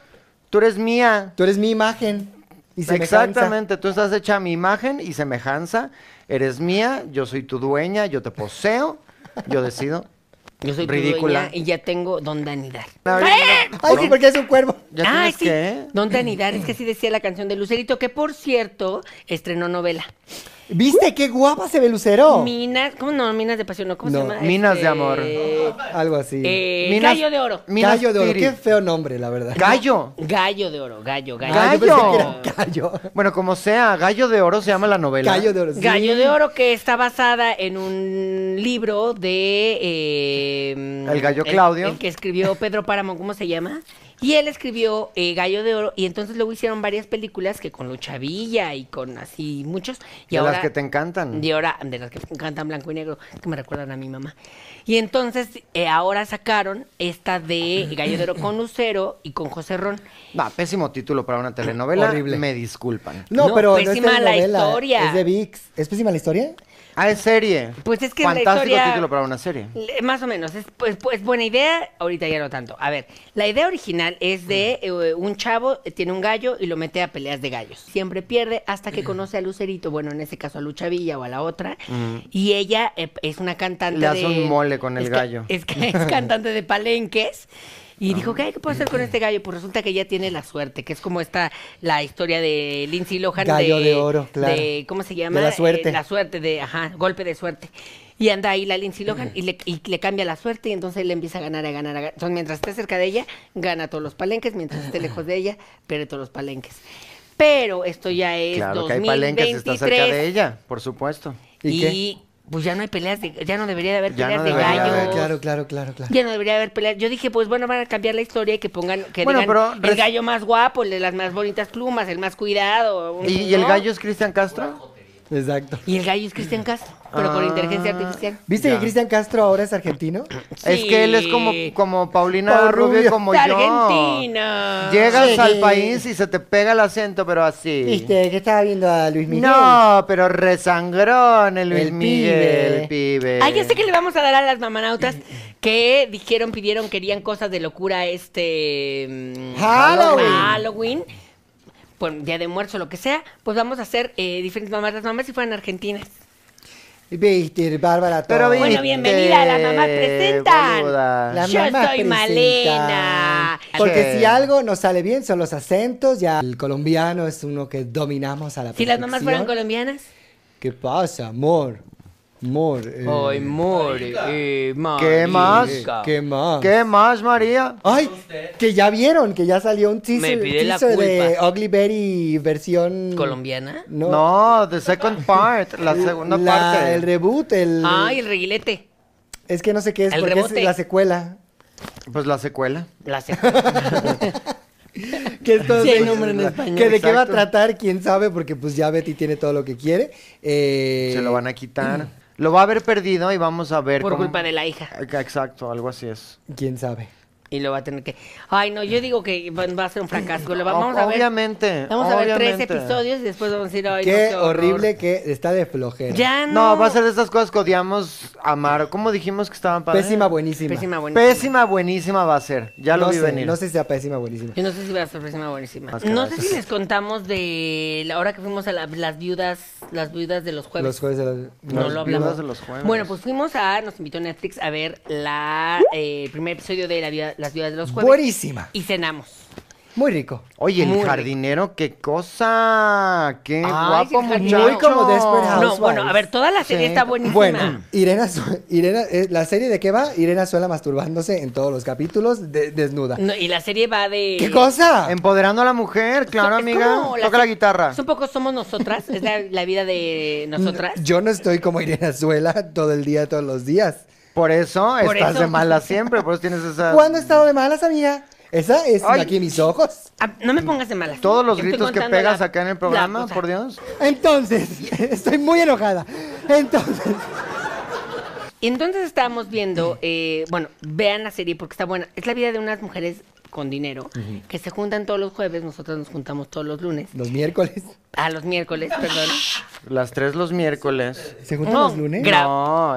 [SPEAKER 1] Tú eres mía.
[SPEAKER 2] Tú eres mi imagen. Y se me cansa.
[SPEAKER 1] Exactamente, tú estás hecha a mi imagen y semejanza. Eres mía, yo soy tu dueña, yo te poseo, yo decido.
[SPEAKER 3] Yo soy tu
[SPEAKER 1] Ridícula.
[SPEAKER 3] dueña y ya tengo dónde anidar.
[SPEAKER 1] Ay,
[SPEAKER 3] ¡Eh!
[SPEAKER 2] Ay, sí, porque es un cuervo.
[SPEAKER 1] ¿Ya tienes
[SPEAKER 3] Ay,
[SPEAKER 1] ¿eh?
[SPEAKER 3] sí.
[SPEAKER 1] qué?
[SPEAKER 3] ¿Dónde anidar? Es que así decía la canción de Lucerito, que por cierto estrenó novela.
[SPEAKER 2] ¿Viste qué guapa se ve Lucero?
[SPEAKER 3] Minas, ¿cómo no? Minas de pasión, ¿no? ¿Cómo
[SPEAKER 2] No,
[SPEAKER 3] se llama? Este,
[SPEAKER 1] Minas de amor.
[SPEAKER 2] Algo así.
[SPEAKER 3] Eh,
[SPEAKER 1] Minas-
[SPEAKER 3] Gallo de oro.
[SPEAKER 1] Minas
[SPEAKER 2] Gallo de oro.
[SPEAKER 1] Tiri.
[SPEAKER 2] Qué feo nombre, la verdad.
[SPEAKER 1] Gallo.
[SPEAKER 3] Gallo de oro, gallo, gallo.
[SPEAKER 2] Ay, yo pensé
[SPEAKER 1] Gallo.
[SPEAKER 2] que era Gallo.
[SPEAKER 1] Bueno, como sea, Gallo de Oro se llama la novela.
[SPEAKER 2] Gallo de oro. sí.
[SPEAKER 3] Gallo de Oro, que está basada en un libro de... eh,
[SPEAKER 1] El Gallo Claudio.
[SPEAKER 3] El, que escribió Pedro Páramo, ¿cómo se llama? Y él escribió eh, Gallo de Oro, y entonces luego hicieron varias películas que con Lucha Villa y con así muchos. Y
[SPEAKER 1] De
[SPEAKER 3] ahora,
[SPEAKER 1] las que te encantan.
[SPEAKER 3] Y ahora, de las que me encantan blanco y negro, que me recuerdan a mi mamá. Y entonces eh, ahora sacaron esta de Gallo de Oro con Lucero y con José Ron.
[SPEAKER 1] No, pésimo título para una telenovela.
[SPEAKER 2] Horrible.
[SPEAKER 1] Me disculpan.
[SPEAKER 2] No,
[SPEAKER 3] No,
[SPEAKER 2] pero no
[SPEAKER 3] pésima
[SPEAKER 2] es
[SPEAKER 3] la
[SPEAKER 2] telenovela,
[SPEAKER 3] historia.
[SPEAKER 2] Es de VIX. ¿Es pésima la historia?
[SPEAKER 1] Ah, es serie.
[SPEAKER 3] Pues es que la
[SPEAKER 1] Fantástico
[SPEAKER 3] historia-
[SPEAKER 1] título para una serie.
[SPEAKER 3] Le- Más o menos, es pues, pues, buena idea, ahorita ya no tanto. A ver, la idea original es de
[SPEAKER 1] Mm.
[SPEAKER 3] eh, un chavo eh, tiene un gallo y lo mete a peleas de gallos. Siempre pierde hasta
[SPEAKER 1] Mm.
[SPEAKER 3] que conoce a Lucerito, bueno, en este caso a Lucha Villa o a la otra, y ella eh, es una cantante
[SPEAKER 1] Mm. Le hace
[SPEAKER 3] de-
[SPEAKER 1] un mole con el
[SPEAKER 3] es ca-
[SPEAKER 1] gallo.
[SPEAKER 3] Es que es cantante de palenques. Y dijo, ¿qué, ¿qué puedo hacer con este gallo? Pues resulta que ella tiene la suerte, que es como esta, la historia de Lindsay Lohan.
[SPEAKER 2] Gallo de oro, claro.
[SPEAKER 3] de- ¿Cómo se llama?
[SPEAKER 2] De la
[SPEAKER 3] Eh,
[SPEAKER 2] suerte.
[SPEAKER 3] la suerte de, ajá, golpe de suerte. Y anda ahí la Lindsay Lohan y le, y le cambia la suerte y entonces él empieza a ganar, a ganar, a ganar. Entonces, mientras esté cerca de ella, gana todos los palenques, mientras esté lejos de ella, pierde todos los palenques. Pero esto ya es
[SPEAKER 1] Claro que hay
[SPEAKER 3] 2023
[SPEAKER 1] palenques, está cerca de ella, por supuesto.
[SPEAKER 2] ¿Y
[SPEAKER 3] y,
[SPEAKER 2] qué?
[SPEAKER 3] pues ya no hay peleas de, ya no debería de haber
[SPEAKER 1] Ya
[SPEAKER 3] peleas
[SPEAKER 1] no
[SPEAKER 3] de
[SPEAKER 1] debería
[SPEAKER 3] gallos.
[SPEAKER 1] de haber,
[SPEAKER 2] Ah, Claro, claro, claro, claro.
[SPEAKER 3] Ya no debería haber peleas. Yo dije, pues bueno, van a cambiar la historia y que pongan, que
[SPEAKER 1] Bueno, pero
[SPEAKER 3] digan el
[SPEAKER 1] res-
[SPEAKER 3] gallo más guapo, el de las más bonitas plumas, el más cuidado. un- pues,
[SPEAKER 1] ¿Y, y el
[SPEAKER 3] ¿no?
[SPEAKER 1] gallo es Cristian Castro?
[SPEAKER 2] Exacto.
[SPEAKER 3] Y el gallo es Cristian Castro, pero con
[SPEAKER 1] Ah.
[SPEAKER 3] inteligencia artificial.
[SPEAKER 2] ¿Viste
[SPEAKER 1] Ya.
[SPEAKER 2] que Cristian Castro ahora es argentino?
[SPEAKER 1] Es que él es como,
[SPEAKER 3] Sí.
[SPEAKER 1] como Paulina
[SPEAKER 2] Pa'
[SPEAKER 1] Rubio,
[SPEAKER 2] Rubio.
[SPEAKER 1] como
[SPEAKER 3] Está
[SPEAKER 1] yo.
[SPEAKER 3] Argentina.
[SPEAKER 1] Llegas
[SPEAKER 2] Sí.
[SPEAKER 1] al país y se te pega el acento, pero así.
[SPEAKER 2] ¿Viste que estaba viendo a Luis Miguel?
[SPEAKER 1] No, pero resangrón el Luis
[SPEAKER 2] El
[SPEAKER 1] Miguel,
[SPEAKER 2] pibe.
[SPEAKER 1] pibe.
[SPEAKER 3] Ay, ya sé que le vamos a dar a las mamanautas que dijeron, pidieron, querían cosas de locura este... mm,
[SPEAKER 2] Halloween.
[SPEAKER 3] Halloween. Pues día de muerto, lo que sea. Pues vamos a hacer eh, diferentes mamás. Las mamás si fueran argentinas.
[SPEAKER 2] ¿Viste Bárbara
[SPEAKER 1] Pero
[SPEAKER 2] Torres.
[SPEAKER 3] Bueno,
[SPEAKER 1] viste,
[SPEAKER 3] bienvenida, las mamás presentan.
[SPEAKER 1] boluda.
[SPEAKER 2] La
[SPEAKER 3] Yo
[SPEAKER 2] mamá
[SPEAKER 3] soy Malena.
[SPEAKER 2] Porque
[SPEAKER 1] Sí.
[SPEAKER 2] si algo nos sale bien son los acentos, ya el colombiano es uno que dominamos a la
[SPEAKER 3] Si las mamás fueran
[SPEAKER 2] perfección.
[SPEAKER 3] colombianas.
[SPEAKER 2] ¿Qué pasa, amor? Amor. eh,
[SPEAKER 3] more,
[SPEAKER 1] ¿Qué
[SPEAKER 3] eh,
[SPEAKER 1] más?
[SPEAKER 2] eh, ¿Qué más?
[SPEAKER 1] ¿Qué más, María?
[SPEAKER 2] Ay, que ya vieron, que ya salió un teaser,
[SPEAKER 3] Me pide la
[SPEAKER 2] teaser de
[SPEAKER 3] culpa.
[SPEAKER 2] Ugly Betty versión...
[SPEAKER 3] ¿Colombiana?
[SPEAKER 2] No,
[SPEAKER 1] No, the second part, la segunda
[SPEAKER 2] la-
[SPEAKER 1] parte.
[SPEAKER 2] El reboot, el...
[SPEAKER 3] Ay, el reguilete.
[SPEAKER 2] es que no sé qué es,
[SPEAKER 3] el
[SPEAKER 2] porque
[SPEAKER 3] rebote.
[SPEAKER 2] es la secuela.
[SPEAKER 1] Pues la secuela.
[SPEAKER 3] La sé.
[SPEAKER 2] Que, esto
[SPEAKER 3] Sí, hay
[SPEAKER 2] de-
[SPEAKER 3] nombre en español.
[SPEAKER 2] que de qué va a
[SPEAKER 1] Exacto.
[SPEAKER 2] tratar, quién sabe, porque pues ya Betty tiene todo lo que quiere. Eh,
[SPEAKER 1] Se lo van a quitar. Lo va a haber perdido y vamos a ver.
[SPEAKER 3] Por
[SPEAKER 1] cómo-
[SPEAKER 3] culpa de la hija.
[SPEAKER 1] Eca- Exacto, algo así es.
[SPEAKER 2] ¿Quién sabe?
[SPEAKER 3] Y lo va a tener que. Ay, no, yo digo que va va a ser un fracaso. Lo va-
[SPEAKER 1] O-
[SPEAKER 3] vamos a ver.
[SPEAKER 1] obviamente,
[SPEAKER 3] Vamos a ver tres
[SPEAKER 1] obviamente.
[SPEAKER 3] episodios y después vamos a decir. Ay, no,
[SPEAKER 2] Qué
[SPEAKER 3] horror".
[SPEAKER 2] horrible que está de flojera.
[SPEAKER 3] Ya Ah, no.
[SPEAKER 1] No, va a ser de esas cosas que odiamos amar. ¿Cómo dijimos que estaban para
[SPEAKER 2] Pésima, buenísima.
[SPEAKER 3] Pésima, Ah, buenísima.
[SPEAKER 1] Pésima, buenísima va a ser. Ya lo
[SPEAKER 2] no
[SPEAKER 1] vi
[SPEAKER 2] sé,
[SPEAKER 1] venir.
[SPEAKER 2] No sé si sea pésima, buenísima.
[SPEAKER 3] Yo no sé si va a ser pésima o buenísima.
[SPEAKER 1] Más que
[SPEAKER 3] No
[SPEAKER 1] nada,
[SPEAKER 3] sé
[SPEAKER 1] eso
[SPEAKER 3] si
[SPEAKER 1] sí.
[SPEAKER 3] les contamos de la hora que fuimos a la- las viudas, las viudas de los jueves.
[SPEAKER 2] Los jueves de los-
[SPEAKER 3] No
[SPEAKER 1] Las
[SPEAKER 3] lo
[SPEAKER 1] viudas
[SPEAKER 3] hablamos.
[SPEAKER 1] de los jueves.
[SPEAKER 3] Bueno, pues fuimos a, nos invitó Netflix a ver la, eh, el primer episodio de la viuda- Las viudas de los jueves.
[SPEAKER 2] Buenísima.
[SPEAKER 3] Y cenamos.
[SPEAKER 2] Muy rico.
[SPEAKER 1] Oye,
[SPEAKER 3] Muy
[SPEAKER 1] el
[SPEAKER 3] rico.
[SPEAKER 1] jardinero, qué cosa. Qué
[SPEAKER 3] Ay,
[SPEAKER 1] guapo,
[SPEAKER 3] el jardinero.
[SPEAKER 1] muchacho.
[SPEAKER 2] Muy como Desperate House.
[SPEAKER 3] No, bueno, a ver, toda la serie
[SPEAKER 1] Sí.
[SPEAKER 3] está buenísima.
[SPEAKER 2] Bueno, Irena, Su- Irena eh, la serie de qué va? Irena Suela masturbándose en todos los capítulos, de- desnuda.
[SPEAKER 3] No, y la serie va de...
[SPEAKER 2] ¿Qué cosa?
[SPEAKER 1] Empoderando a la mujer, claro,
[SPEAKER 3] Es
[SPEAKER 1] amiga.
[SPEAKER 3] como
[SPEAKER 1] Toca la
[SPEAKER 3] se-
[SPEAKER 1] guitarra.
[SPEAKER 3] es Un poco somos nosotras, es la, la vida de nosotras.
[SPEAKER 2] Yo no estoy como Irena Suela todo el día, todos los días.
[SPEAKER 1] Por eso
[SPEAKER 3] Por
[SPEAKER 1] estás
[SPEAKER 3] eso.
[SPEAKER 1] de mala siempre, por eso tienes esa...
[SPEAKER 2] ¿Cuándo he estado de malas, amiga? Esa es
[SPEAKER 1] Ah. Ay.
[SPEAKER 2] aquí mis ojos.
[SPEAKER 3] Ah, no me pongas de malas.
[SPEAKER 1] Todos los
[SPEAKER 3] Estoy
[SPEAKER 1] gritos que
[SPEAKER 3] contando
[SPEAKER 1] pegas
[SPEAKER 3] la-
[SPEAKER 1] acá en el
[SPEAKER 3] la
[SPEAKER 1] programa,
[SPEAKER 3] cosa.
[SPEAKER 1] por Dios.
[SPEAKER 2] Entonces, estoy muy enojada. Entonces,
[SPEAKER 3] Y entonces estábamos viendo, eh, bueno, vean la serie porque está buena. Es la vida de unas mujeres con dinero que se juntan todos los jueves, nosotros nos juntamos todos los lunes,
[SPEAKER 2] los miércoles.
[SPEAKER 3] a los miércoles, perdón.
[SPEAKER 1] Las tres los miércoles.
[SPEAKER 2] ¿Se juntan
[SPEAKER 3] No,
[SPEAKER 2] los lunes?
[SPEAKER 3] gra- Gra-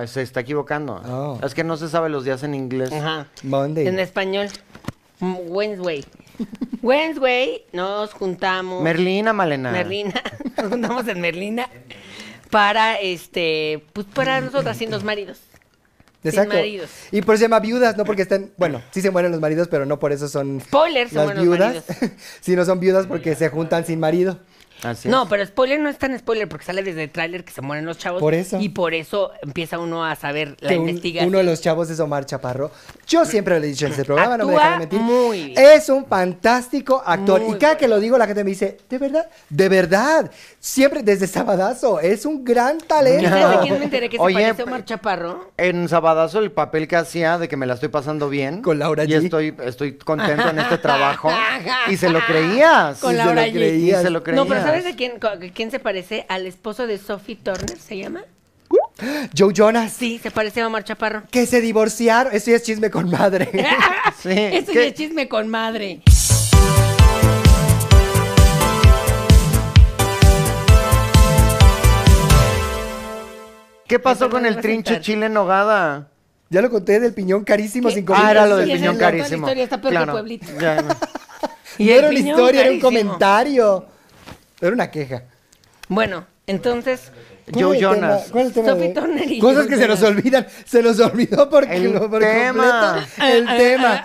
[SPEAKER 1] No, se está equivocando.
[SPEAKER 2] Oh.
[SPEAKER 1] Es que no se sabe los días en inglés.
[SPEAKER 3] Ajá.
[SPEAKER 2] Monday.
[SPEAKER 3] En español, mm, Wednesday. Wednesday nos juntamos.
[SPEAKER 1] Merlina, Malena.
[SPEAKER 3] Merlina. Nos juntamos en Merlina para, este, pues para nosotras sin los maridos.
[SPEAKER 2] Exacto.
[SPEAKER 3] Sin maridos.
[SPEAKER 2] Y por eso se llama viudas, no porque estén, bueno, sí se mueren los maridos, pero no por eso son
[SPEAKER 3] Spoiler, se
[SPEAKER 2] las
[SPEAKER 3] mueren los
[SPEAKER 2] viudas, sino son viudas porque se juntan sin marido.
[SPEAKER 1] Así
[SPEAKER 3] No,
[SPEAKER 1] es.
[SPEAKER 3] pero spoiler no es tan spoiler porque sale desde el tráiler que se mueren los chavos.
[SPEAKER 2] Por eso.
[SPEAKER 3] Y por eso empieza uno a saber la
[SPEAKER 2] Que un-
[SPEAKER 3] investigación.
[SPEAKER 2] uno de los chavos es Omar Chaparro. Yo siempre lo he dicho en este programa, no me
[SPEAKER 3] Actúa
[SPEAKER 2] dejan mentir.
[SPEAKER 3] muy bien.
[SPEAKER 2] Es un fantástico actor.
[SPEAKER 3] Muy
[SPEAKER 2] y cada que
[SPEAKER 3] bueno.
[SPEAKER 2] lo digo, la gente me dice, ¿de verdad? ¿De verdad? Siempre desde Sabadazo. Es un gran talento.
[SPEAKER 3] ¿Y sabes de quién me enteré que se
[SPEAKER 1] Oye,
[SPEAKER 3] parece a Omar Chaparro?
[SPEAKER 1] En Sabadazo el papel que hacía de que me la estoy pasando bien.
[SPEAKER 2] Con Laura
[SPEAKER 1] Y
[SPEAKER 2] G.
[SPEAKER 1] estoy, estoy contento en este trabajo. Y se lo creías.
[SPEAKER 3] Con
[SPEAKER 1] Y
[SPEAKER 3] Laura
[SPEAKER 1] se
[SPEAKER 3] G.
[SPEAKER 1] lo creías. Y se lo creías.
[SPEAKER 3] No, pero ¿sabes de quién, co- de quién se parece? Al esposo de Sophie Turner, ¿se llama?
[SPEAKER 2] Joe Jonas.
[SPEAKER 3] Sí, se parece a Omar Chaparro.
[SPEAKER 2] Que se divorciaron. Eso ya es chisme con madre.
[SPEAKER 1] Sí,
[SPEAKER 3] Eso
[SPEAKER 1] ¿qué?
[SPEAKER 3] ya es chisme con madre.
[SPEAKER 1] ¿Qué pasó
[SPEAKER 3] Eso
[SPEAKER 1] con
[SPEAKER 3] no
[SPEAKER 1] el
[SPEAKER 3] iba a
[SPEAKER 1] trinche
[SPEAKER 3] sentar.
[SPEAKER 1] chile en nogada?
[SPEAKER 2] ya lo conté del piñón carísimo
[SPEAKER 3] ¿Qué?
[SPEAKER 2] sin
[SPEAKER 3] Ah,
[SPEAKER 2] comer.
[SPEAKER 1] era lo
[SPEAKER 3] sí,
[SPEAKER 1] del
[SPEAKER 3] ya se
[SPEAKER 1] piñón
[SPEAKER 3] inventó la
[SPEAKER 1] carísimo.
[SPEAKER 3] historia, está peor que
[SPEAKER 1] Claro,
[SPEAKER 3] Pueblito.
[SPEAKER 1] ya no.
[SPEAKER 3] Y
[SPEAKER 2] no
[SPEAKER 3] el
[SPEAKER 2] era una
[SPEAKER 3] piñón
[SPEAKER 2] historia, era un
[SPEAKER 3] carísimo.
[SPEAKER 2] comentario. Era una queja.
[SPEAKER 3] Bueno, entonces,
[SPEAKER 2] ¿Cuál
[SPEAKER 1] Joe
[SPEAKER 2] es el tema?
[SPEAKER 1] Jonas.
[SPEAKER 2] ¿Cuál es el tema
[SPEAKER 3] Sophie
[SPEAKER 2] de-
[SPEAKER 3] Turner y
[SPEAKER 2] Cosas
[SPEAKER 3] Joe
[SPEAKER 2] que se nos
[SPEAKER 3] Jonas.
[SPEAKER 2] olvidan. Se nos olvidó porque
[SPEAKER 1] El
[SPEAKER 2] lo- por
[SPEAKER 1] tema.
[SPEAKER 2] completo,
[SPEAKER 3] Ah,
[SPEAKER 2] El tema.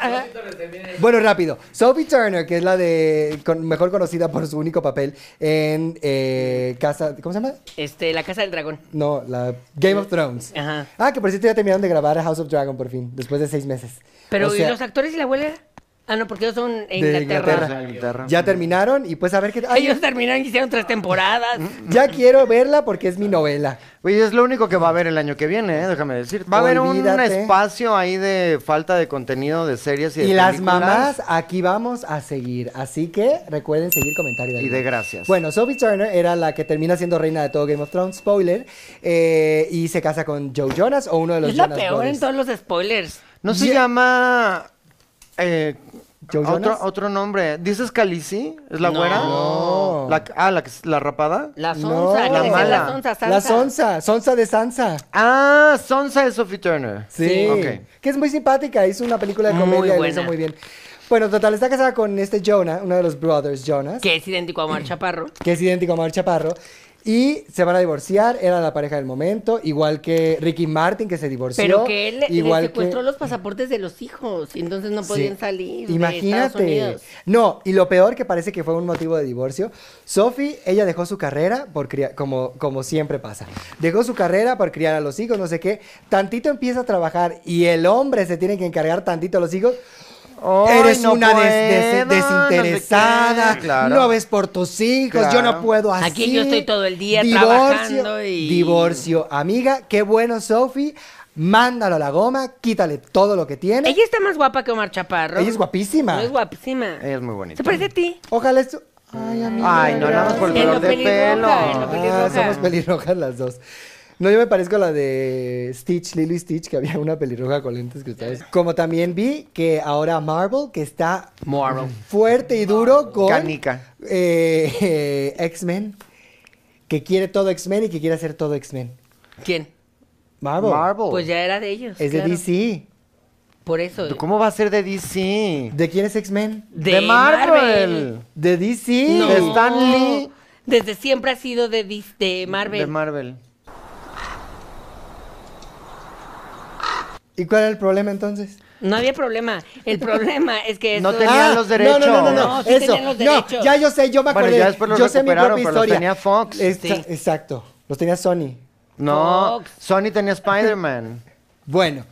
[SPEAKER 2] Bueno, rápido. Sophie Turner, que es la de con- mejor conocida por su único papel en eh, Casa. ¿Cómo se llama?
[SPEAKER 3] este, La Casa del Dragón.
[SPEAKER 2] No, la Game of Thrones.
[SPEAKER 3] Ajá.
[SPEAKER 2] Ah, que por cierto ya terminaron de grabar House of Dragon por fin, después de seis meses.
[SPEAKER 3] Pero,
[SPEAKER 2] O
[SPEAKER 3] ¿y
[SPEAKER 2] sea,
[SPEAKER 3] los actores y la abuela? Ah, no, porque ellos son en
[SPEAKER 2] de
[SPEAKER 3] Inglaterra.
[SPEAKER 1] Inglaterra. Inglaterra.
[SPEAKER 2] Ya terminaron y pues a ver qué. ay,
[SPEAKER 3] Ellos terminaron y hicieron tres temporadas.
[SPEAKER 2] ya quiero verla porque es mi novela.
[SPEAKER 1] Oye, es lo único que va a haber el año que viene, ¿eh? déjame decir. Va a haber un
[SPEAKER 2] Olvídate.
[SPEAKER 1] espacio ahí de falta de contenido de series y de
[SPEAKER 2] Y las
[SPEAKER 1] películas.
[SPEAKER 2] mamás, aquí vamos a seguir. Así que recuerden seguir comentario
[SPEAKER 1] Y
[SPEAKER 2] ayuda.
[SPEAKER 1] de gracias.
[SPEAKER 2] Bueno, Sophie Turner era la que termina siendo reina de todo Game of Thrones, spoiler, eh, y se casa con Joe Jonas o uno de los
[SPEAKER 3] Es la
[SPEAKER 2] Jonas
[SPEAKER 3] peor
[SPEAKER 2] Brothers.
[SPEAKER 3] en todos los spoilers.
[SPEAKER 1] No se
[SPEAKER 2] Ya-
[SPEAKER 1] llama. eh,
[SPEAKER 2] ¿Joe
[SPEAKER 1] otro,
[SPEAKER 2] Jonas?
[SPEAKER 1] otro nombre. ¿Dices Calici? ¿Es la
[SPEAKER 3] No.
[SPEAKER 1] güera?
[SPEAKER 3] No.
[SPEAKER 1] La, ah, la, que- la rapada.
[SPEAKER 3] La
[SPEAKER 2] No,
[SPEAKER 3] sonza,
[SPEAKER 1] la
[SPEAKER 3] la mala.
[SPEAKER 1] mala.
[SPEAKER 3] La sonza, Sansa.
[SPEAKER 2] La Sonsa, Sonsa de Sansa.
[SPEAKER 1] Ah, Sonsa es Sophie Turner.
[SPEAKER 2] Sí.
[SPEAKER 1] Ok.
[SPEAKER 2] Que es muy simpática, hizo una película de
[SPEAKER 3] Muy
[SPEAKER 2] comedia y lo hizo
[SPEAKER 3] buena.
[SPEAKER 2] muy bien. Bueno, total, está casada con este Jonah, uno de los brothers Jonas,
[SPEAKER 3] Que es idéntico a Omar Chaparro.
[SPEAKER 2] que es idéntico a Mar Chaparro. Y se van a divorciar, era la pareja del momento, igual que Ricky Martin, que se divorció.
[SPEAKER 3] Pero que él le-
[SPEAKER 2] igual
[SPEAKER 3] le secuestró
[SPEAKER 2] que-
[SPEAKER 3] los pasaportes de los hijos. Y entonces no
[SPEAKER 2] Sí.
[SPEAKER 3] podían salir. De Estados
[SPEAKER 2] Imagínate.
[SPEAKER 3] Unidos.
[SPEAKER 2] No, y lo peor que parece que fue un motivo de divorcio. Sophie, ella dejó su carrera por criar, como, como siempre pasa. Dejó su carrera por criar a los hijos, no sé qué. Tantito empieza a trabajar y el hombre se tiene que encargar tantito a los hijos.
[SPEAKER 1] Ay,
[SPEAKER 2] Eres
[SPEAKER 1] no
[SPEAKER 2] una des- des-
[SPEAKER 1] puedo, no sé
[SPEAKER 2] desinteresada,
[SPEAKER 1] qué.
[SPEAKER 2] no,
[SPEAKER 1] Claro.
[SPEAKER 2] ves por tus hijos, yo no
[SPEAKER 1] Claro.
[SPEAKER 2] puedo así.
[SPEAKER 3] Aquí yo estoy todo el día trabajando y-
[SPEAKER 2] Divorcio, amiga, qué bueno, Sophie. Mándalo a la goma, quítale todo lo que tiene.
[SPEAKER 3] Ella está más guapa que Omar Chaparro.
[SPEAKER 2] Ella es guapísima. Eh,
[SPEAKER 3] No es guapísima.
[SPEAKER 1] Ella es muy bonita.
[SPEAKER 3] Se parece a ti.
[SPEAKER 2] Ojalá esto. Ay, amiga.
[SPEAKER 1] Ay, no, nada más por el
[SPEAKER 3] En lo
[SPEAKER 1] color de
[SPEAKER 3] pelirroja,
[SPEAKER 1] pelo.
[SPEAKER 3] en lo
[SPEAKER 2] Ah,
[SPEAKER 3] pelirroja.
[SPEAKER 2] somos pelirrojas las dos. No, yo me parezco a la de Stitch, Lilo y Stitch, que había una pelirroja con lentes que ustedes. Como también vi que ahora Marvel, que está
[SPEAKER 1] Morrow.
[SPEAKER 2] fuerte y duro con
[SPEAKER 1] Canica.
[SPEAKER 2] eh, eh, X-Men, que quiere todo X-Men y que quiere hacer todo X-Men.
[SPEAKER 3] ¿Quién?
[SPEAKER 2] Marvel.
[SPEAKER 1] Marvel.
[SPEAKER 3] Pues ya era de ellos.
[SPEAKER 2] Oh. Es
[SPEAKER 3] claro.
[SPEAKER 2] de DC.
[SPEAKER 3] Por eso.
[SPEAKER 1] ¿Cómo va a ser de DC?
[SPEAKER 2] ¿De quién es X-Men?
[SPEAKER 3] De Marvel.
[SPEAKER 2] De DC.
[SPEAKER 1] No.
[SPEAKER 2] De-
[SPEAKER 1] Stan Lee.
[SPEAKER 3] Desde siempre ha sido de, Dis- de Marvel.
[SPEAKER 1] De Marvel.
[SPEAKER 2] ¿Y cuál era el problema entonces? Ah,
[SPEAKER 3] no había problema. El problema es que
[SPEAKER 1] No
[SPEAKER 3] esto-
[SPEAKER 1] tenía- Tenían los derechos.
[SPEAKER 2] No, no, no, no, no,
[SPEAKER 3] No, sí
[SPEAKER 2] eso.
[SPEAKER 3] tenían los
[SPEAKER 2] No,
[SPEAKER 3] derechos.
[SPEAKER 2] ya yo sé, yo me
[SPEAKER 1] Bueno,
[SPEAKER 2] acordé.
[SPEAKER 1] ya después los
[SPEAKER 2] yo sé mi
[SPEAKER 1] recuperaron,
[SPEAKER 2] propia
[SPEAKER 1] pero los
[SPEAKER 2] historia.
[SPEAKER 1] tenía Fox.
[SPEAKER 2] Esta-
[SPEAKER 3] Sí.
[SPEAKER 2] Exacto. Los tenía Sony.
[SPEAKER 1] No,
[SPEAKER 3] Fox.
[SPEAKER 1] Sony tenía Spider-Man.
[SPEAKER 2] Bueno,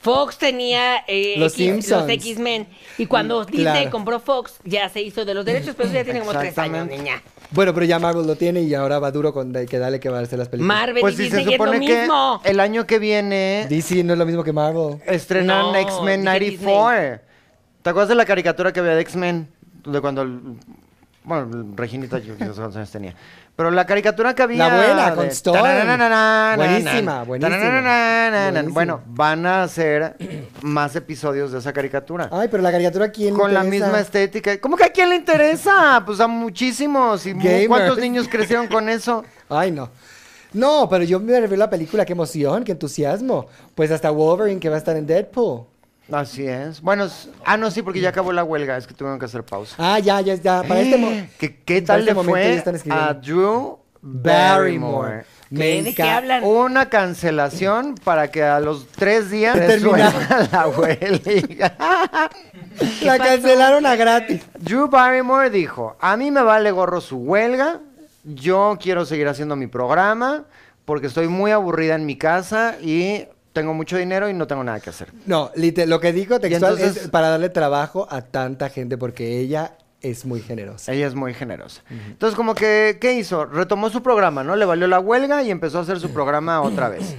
[SPEAKER 3] Fox tenía eh,
[SPEAKER 2] Los
[SPEAKER 3] X-
[SPEAKER 2] Simpsons. Mm,
[SPEAKER 3] los X-Men. Y cuando Disney
[SPEAKER 2] claro.
[SPEAKER 3] compró Fox, ya se hizo de los derechos, pero eso ya tiene como tres años,
[SPEAKER 1] Exactamente.
[SPEAKER 3] niña.
[SPEAKER 2] bueno, pero ya Marvel lo tiene y ahora va duro con de- que dale que va a hacer las películas.
[SPEAKER 3] Marvel
[SPEAKER 1] Pues
[SPEAKER 3] y
[SPEAKER 1] si se
[SPEAKER 3] Disney es lo
[SPEAKER 1] supone que
[SPEAKER 3] mismo.
[SPEAKER 1] el año que viene
[SPEAKER 2] DC no es lo mismo que Marvel.
[SPEAKER 1] estrenan
[SPEAKER 3] No,
[SPEAKER 1] X-Men
[SPEAKER 3] dije
[SPEAKER 1] 94. ¿Te acuerdas de la caricatura que había de X-Men? De cuando... el- bueno, Reginita, yo no sé cuántos años tenía. Pero la caricatura que había...
[SPEAKER 2] La buena,
[SPEAKER 1] de-
[SPEAKER 2] con Storm.
[SPEAKER 1] Tarananana,
[SPEAKER 2] Buenísima, buenísima.
[SPEAKER 1] tarananana,
[SPEAKER 2] Buenísima.
[SPEAKER 1] Bueno, van a hacer más episodios de esa caricatura.
[SPEAKER 2] Ay, pero la caricatura quién le
[SPEAKER 1] Con la
[SPEAKER 2] interesa?
[SPEAKER 1] misma estética. ¿Cómo que a quién le interesa? Pues a muchísimos. ¿Y mu-
[SPEAKER 2] Gamers.
[SPEAKER 1] cuántos niños crecieron con eso?
[SPEAKER 2] Ay, no. No, pero yo me refiero a la película, qué emoción, qué entusiasmo. Pues hasta Wolverine que va a estar en Deadpool.
[SPEAKER 1] Así es. Bueno, s- ah, no, sí, porque ya acabó la huelga. Es que tuvieron que hacer pausa.
[SPEAKER 2] Ah, ya, ya, ya. Para este mo-
[SPEAKER 1] Eh, ¿Qué, qué
[SPEAKER 2] para
[SPEAKER 1] tal
[SPEAKER 2] este
[SPEAKER 1] le
[SPEAKER 2] momento ya
[SPEAKER 1] fue
[SPEAKER 2] están escribiendo.
[SPEAKER 1] a Drew
[SPEAKER 2] Barrymore.
[SPEAKER 1] Barrymore?
[SPEAKER 3] ¿Qué? ¿De qué
[SPEAKER 2] enca-
[SPEAKER 3] hablan?
[SPEAKER 1] Una cancelación para que a los tres días
[SPEAKER 2] Termina.
[SPEAKER 1] resuelva la huelga.
[SPEAKER 2] La cancelaron a gratis.
[SPEAKER 1] Drew Barrymore dijo, a mí me vale gorro su huelga, yo quiero seguir haciendo mi programa porque estoy muy aburrida en mi casa y tengo mucho dinero y no tengo nada que hacer.
[SPEAKER 2] No, lite- lo que digo textual
[SPEAKER 1] entonces-
[SPEAKER 2] es para darle trabajo a tanta gente porque ella es muy generosa.
[SPEAKER 1] Ella es muy generosa. Entonces, como que, ¿qué hizo? Retomó su programa, ¿no? Le valió la huelga y empezó a hacer su programa otra vez.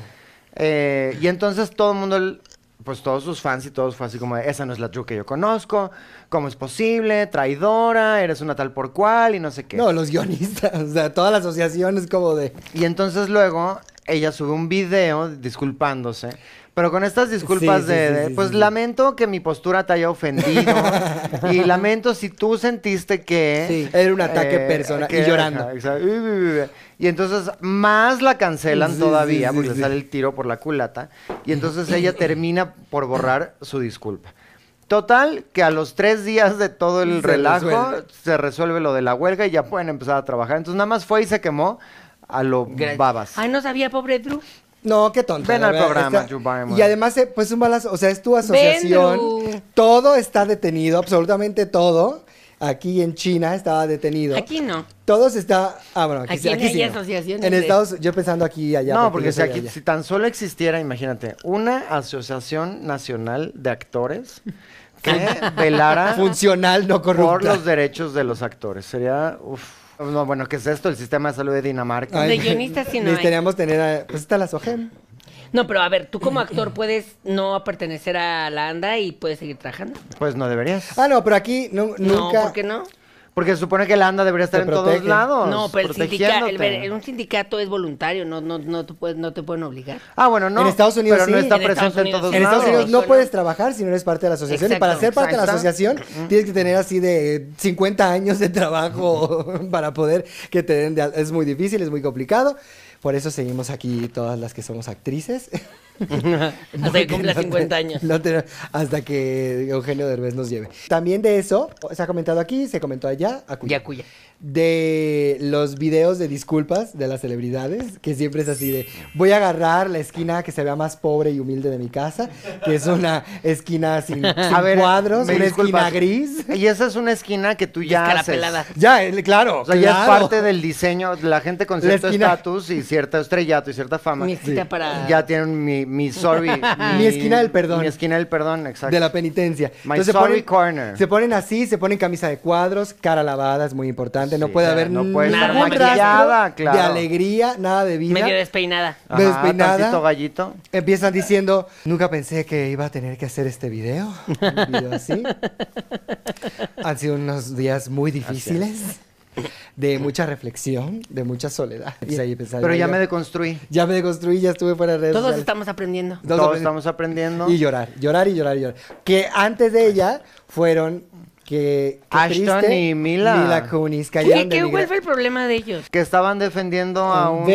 [SPEAKER 1] Eh, y entonces todo el mundo, l- pues todos sus fans y todos fue así como, de, esa no es la Drew que yo conozco, ¿cómo es posible? Traidora, eres una tal por cual y no sé qué.
[SPEAKER 2] No, los guionistas, o sea, toda la asociación es como de...
[SPEAKER 1] Y entonces luego ella sube un video disculpándose. Pero con estas disculpas
[SPEAKER 2] Sí, sí,
[SPEAKER 1] de,
[SPEAKER 2] sí,
[SPEAKER 1] de,
[SPEAKER 2] sí,
[SPEAKER 1] pues
[SPEAKER 2] sí.
[SPEAKER 1] lamento que mi postura te haya ofendido y lamento si tú sentiste que eh,
[SPEAKER 2] Sí, era un ataque personal, y llorando.
[SPEAKER 1] ajá, exacto, uy, uy, uy. y entonces más la cancelan
[SPEAKER 2] Sí,
[SPEAKER 1] todavía
[SPEAKER 2] sí,
[SPEAKER 1] porque
[SPEAKER 2] sí,
[SPEAKER 1] le
[SPEAKER 2] sí.
[SPEAKER 1] sale el tiro por la culata y entonces ella termina por borrar su disculpa. Total que a los tres días de todo el
[SPEAKER 2] Se
[SPEAKER 1] relajo
[SPEAKER 2] resuelve.
[SPEAKER 1] se resuelve lo de la huelga y ya pueden empezar a trabajar. Entonces nada más fue y se quemó a lo
[SPEAKER 3] Gra-
[SPEAKER 1] babas.
[SPEAKER 3] Ay, no sabía, pobre Drew.
[SPEAKER 2] No, qué tonto.
[SPEAKER 1] Ven al programa, Drew Barrymore.
[SPEAKER 2] Y además, eh, pues un balazo, o sea, es tu asociación.
[SPEAKER 3] Ven, Drew.
[SPEAKER 2] todo está detenido, absolutamente todo. Aquí en China estaba detenido.
[SPEAKER 3] Aquí no.
[SPEAKER 2] Todo se está... Ah, bueno, aquí,
[SPEAKER 3] Aquí
[SPEAKER 2] sí,
[SPEAKER 3] no
[SPEAKER 2] aquí
[SPEAKER 3] hay
[SPEAKER 2] sí
[SPEAKER 3] asociaciones
[SPEAKER 2] En
[SPEAKER 3] de-
[SPEAKER 2] Estados yo pensando aquí y allá.
[SPEAKER 1] no, porque
[SPEAKER 2] yo
[SPEAKER 1] si,
[SPEAKER 2] soy
[SPEAKER 1] aquí-
[SPEAKER 2] allá.
[SPEAKER 1] si tan solo existiera, imagínate, una asociación nacional de actores que velara
[SPEAKER 2] Funcional, no corrupta.
[SPEAKER 1] por los derechos de los actores. Sería, uf. No, bueno, ¿qué es esto? El sistema de salud de Dinamarca.
[SPEAKER 3] Ay. De guionistas sí no hay.
[SPEAKER 2] Necesitaríamos tener... a- Pues está la SOGEM.
[SPEAKER 3] No, pero a ver, tú como actor puedes no pertenecer a la ANDA y puedes seguir trabajando.
[SPEAKER 1] Pues no deberías.
[SPEAKER 2] Ah, no, pero aquí nu- nunca...
[SPEAKER 3] No, ¿por qué no?
[SPEAKER 1] Porque se supone que la ANDA debería estar
[SPEAKER 2] Te
[SPEAKER 1] en todos
[SPEAKER 2] protege.
[SPEAKER 1] lados.
[SPEAKER 3] No, pero el sindicato,
[SPEAKER 1] protegiéndote.
[SPEAKER 3] un sindicato es voluntario, no, no, no, te puedes, no te pueden obligar.
[SPEAKER 1] Ah, bueno, no.
[SPEAKER 2] En Estados Unidos
[SPEAKER 1] pero no
[SPEAKER 2] sí.
[SPEAKER 1] está
[SPEAKER 3] En Estados
[SPEAKER 1] presente en
[SPEAKER 3] Unidos
[SPEAKER 1] todos
[SPEAKER 3] sí.
[SPEAKER 2] En Estados
[SPEAKER 1] lados.
[SPEAKER 2] Unidos no
[SPEAKER 3] Solo-
[SPEAKER 2] puedes trabajar si no eres parte de la asociación. y para
[SPEAKER 3] Exacto,
[SPEAKER 2] ser parte de la
[SPEAKER 1] exacto.
[SPEAKER 2] asociación tienes que tener así de 50 años de trabajo para poder que te den de al- Es muy difícil, es muy complicado. Por eso seguimos aquí todas las que somos actrices.
[SPEAKER 3] Hasta que cumpla
[SPEAKER 2] No te-
[SPEAKER 3] 50 años.
[SPEAKER 2] no te- hasta que Eugenio Derbez nos lleve. También de eso, se ha comentado aquí, se comentó allá, acuya.
[SPEAKER 3] Ya cuya.
[SPEAKER 2] de los videos de disculpas de las celebridades, que siempre es así de voy a agarrar la esquina que se vea más pobre y humilde de mi casa, que es una esquina sin, sin
[SPEAKER 1] A ver,
[SPEAKER 2] cuadros,
[SPEAKER 1] me
[SPEAKER 2] una
[SPEAKER 1] disculpas.
[SPEAKER 2] esquina gris.
[SPEAKER 1] Y esa es una esquina que tú ya haces.
[SPEAKER 3] Descarapelada.
[SPEAKER 2] Ya, eh, claro,
[SPEAKER 1] O sea, ya es
[SPEAKER 2] claro.
[SPEAKER 1] parte del diseño. La gente con
[SPEAKER 2] La
[SPEAKER 1] cierto
[SPEAKER 2] esquina.
[SPEAKER 1] estatus y cierto estrellato y cierta fama.
[SPEAKER 3] Mi esquina Sí. para-
[SPEAKER 1] Ya tienen mi, mi sorry.
[SPEAKER 2] Mi esquina del perdón.
[SPEAKER 1] Mi esquina del perdón, exacto.
[SPEAKER 2] de la penitencia.
[SPEAKER 1] My
[SPEAKER 2] Entonces, se
[SPEAKER 1] sorry
[SPEAKER 2] ponen,
[SPEAKER 1] corner.
[SPEAKER 2] Se ponen así, se ponen camisa de cuadros, cara lavada, es muy importante. no
[SPEAKER 1] Sí,
[SPEAKER 2] puede
[SPEAKER 1] ya,
[SPEAKER 2] haber
[SPEAKER 1] no puede
[SPEAKER 3] estar
[SPEAKER 2] ningún
[SPEAKER 1] maquillada,
[SPEAKER 2] rastro
[SPEAKER 1] claro.
[SPEAKER 2] de alegría, nada de vida.
[SPEAKER 3] Medio despeinada.
[SPEAKER 1] Ajá,
[SPEAKER 2] despeinada.
[SPEAKER 1] tantito gallito.
[SPEAKER 2] Empiezan diciendo, nunca pensé que iba a tener que hacer este video. Un video así. Han sido unos días muy difíciles. de mucha reflexión, de mucha soledad. Y ahí empezaba
[SPEAKER 1] Pero
[SPEAKER 2] yo,
[SPEAKER 1] ya
[SPEAKER 2] yo-
[SPEAKER 1] me deconstruí.
[SPEAKER 2] ya me deconstruí, ya estuve fuera de redes
[SPEAKER 3] Todos
[SPEAKER 2] sociales.
[SPEAKER 3] estamos aprendiendo.
[SPEAKER 2] Todos
[SPEAKER 1] Todos
[SPEAKER 2] aprendi-
[SPEAKER 1] estamos aprendiendo.
[SPEAKER 2] Y llorar, llorar y llorar y llorar. Que antes de ella fueron que... que
[SPEAKER 1] Ashton
[SPEAKER 2] triste,
[SPEAKER 1] y Mila.
[SPEAKER 2] Mila Kunis
[SPEAKER 3] ¿Qué,
[SPEAKER 2] cayeron de
[SPEAKER 3] qué
[SPEAKER 2] migra-
[SPEAKER 3] vuelve el problema de ellos?
[SPEAKER 1] Que estaban defendiendo a un...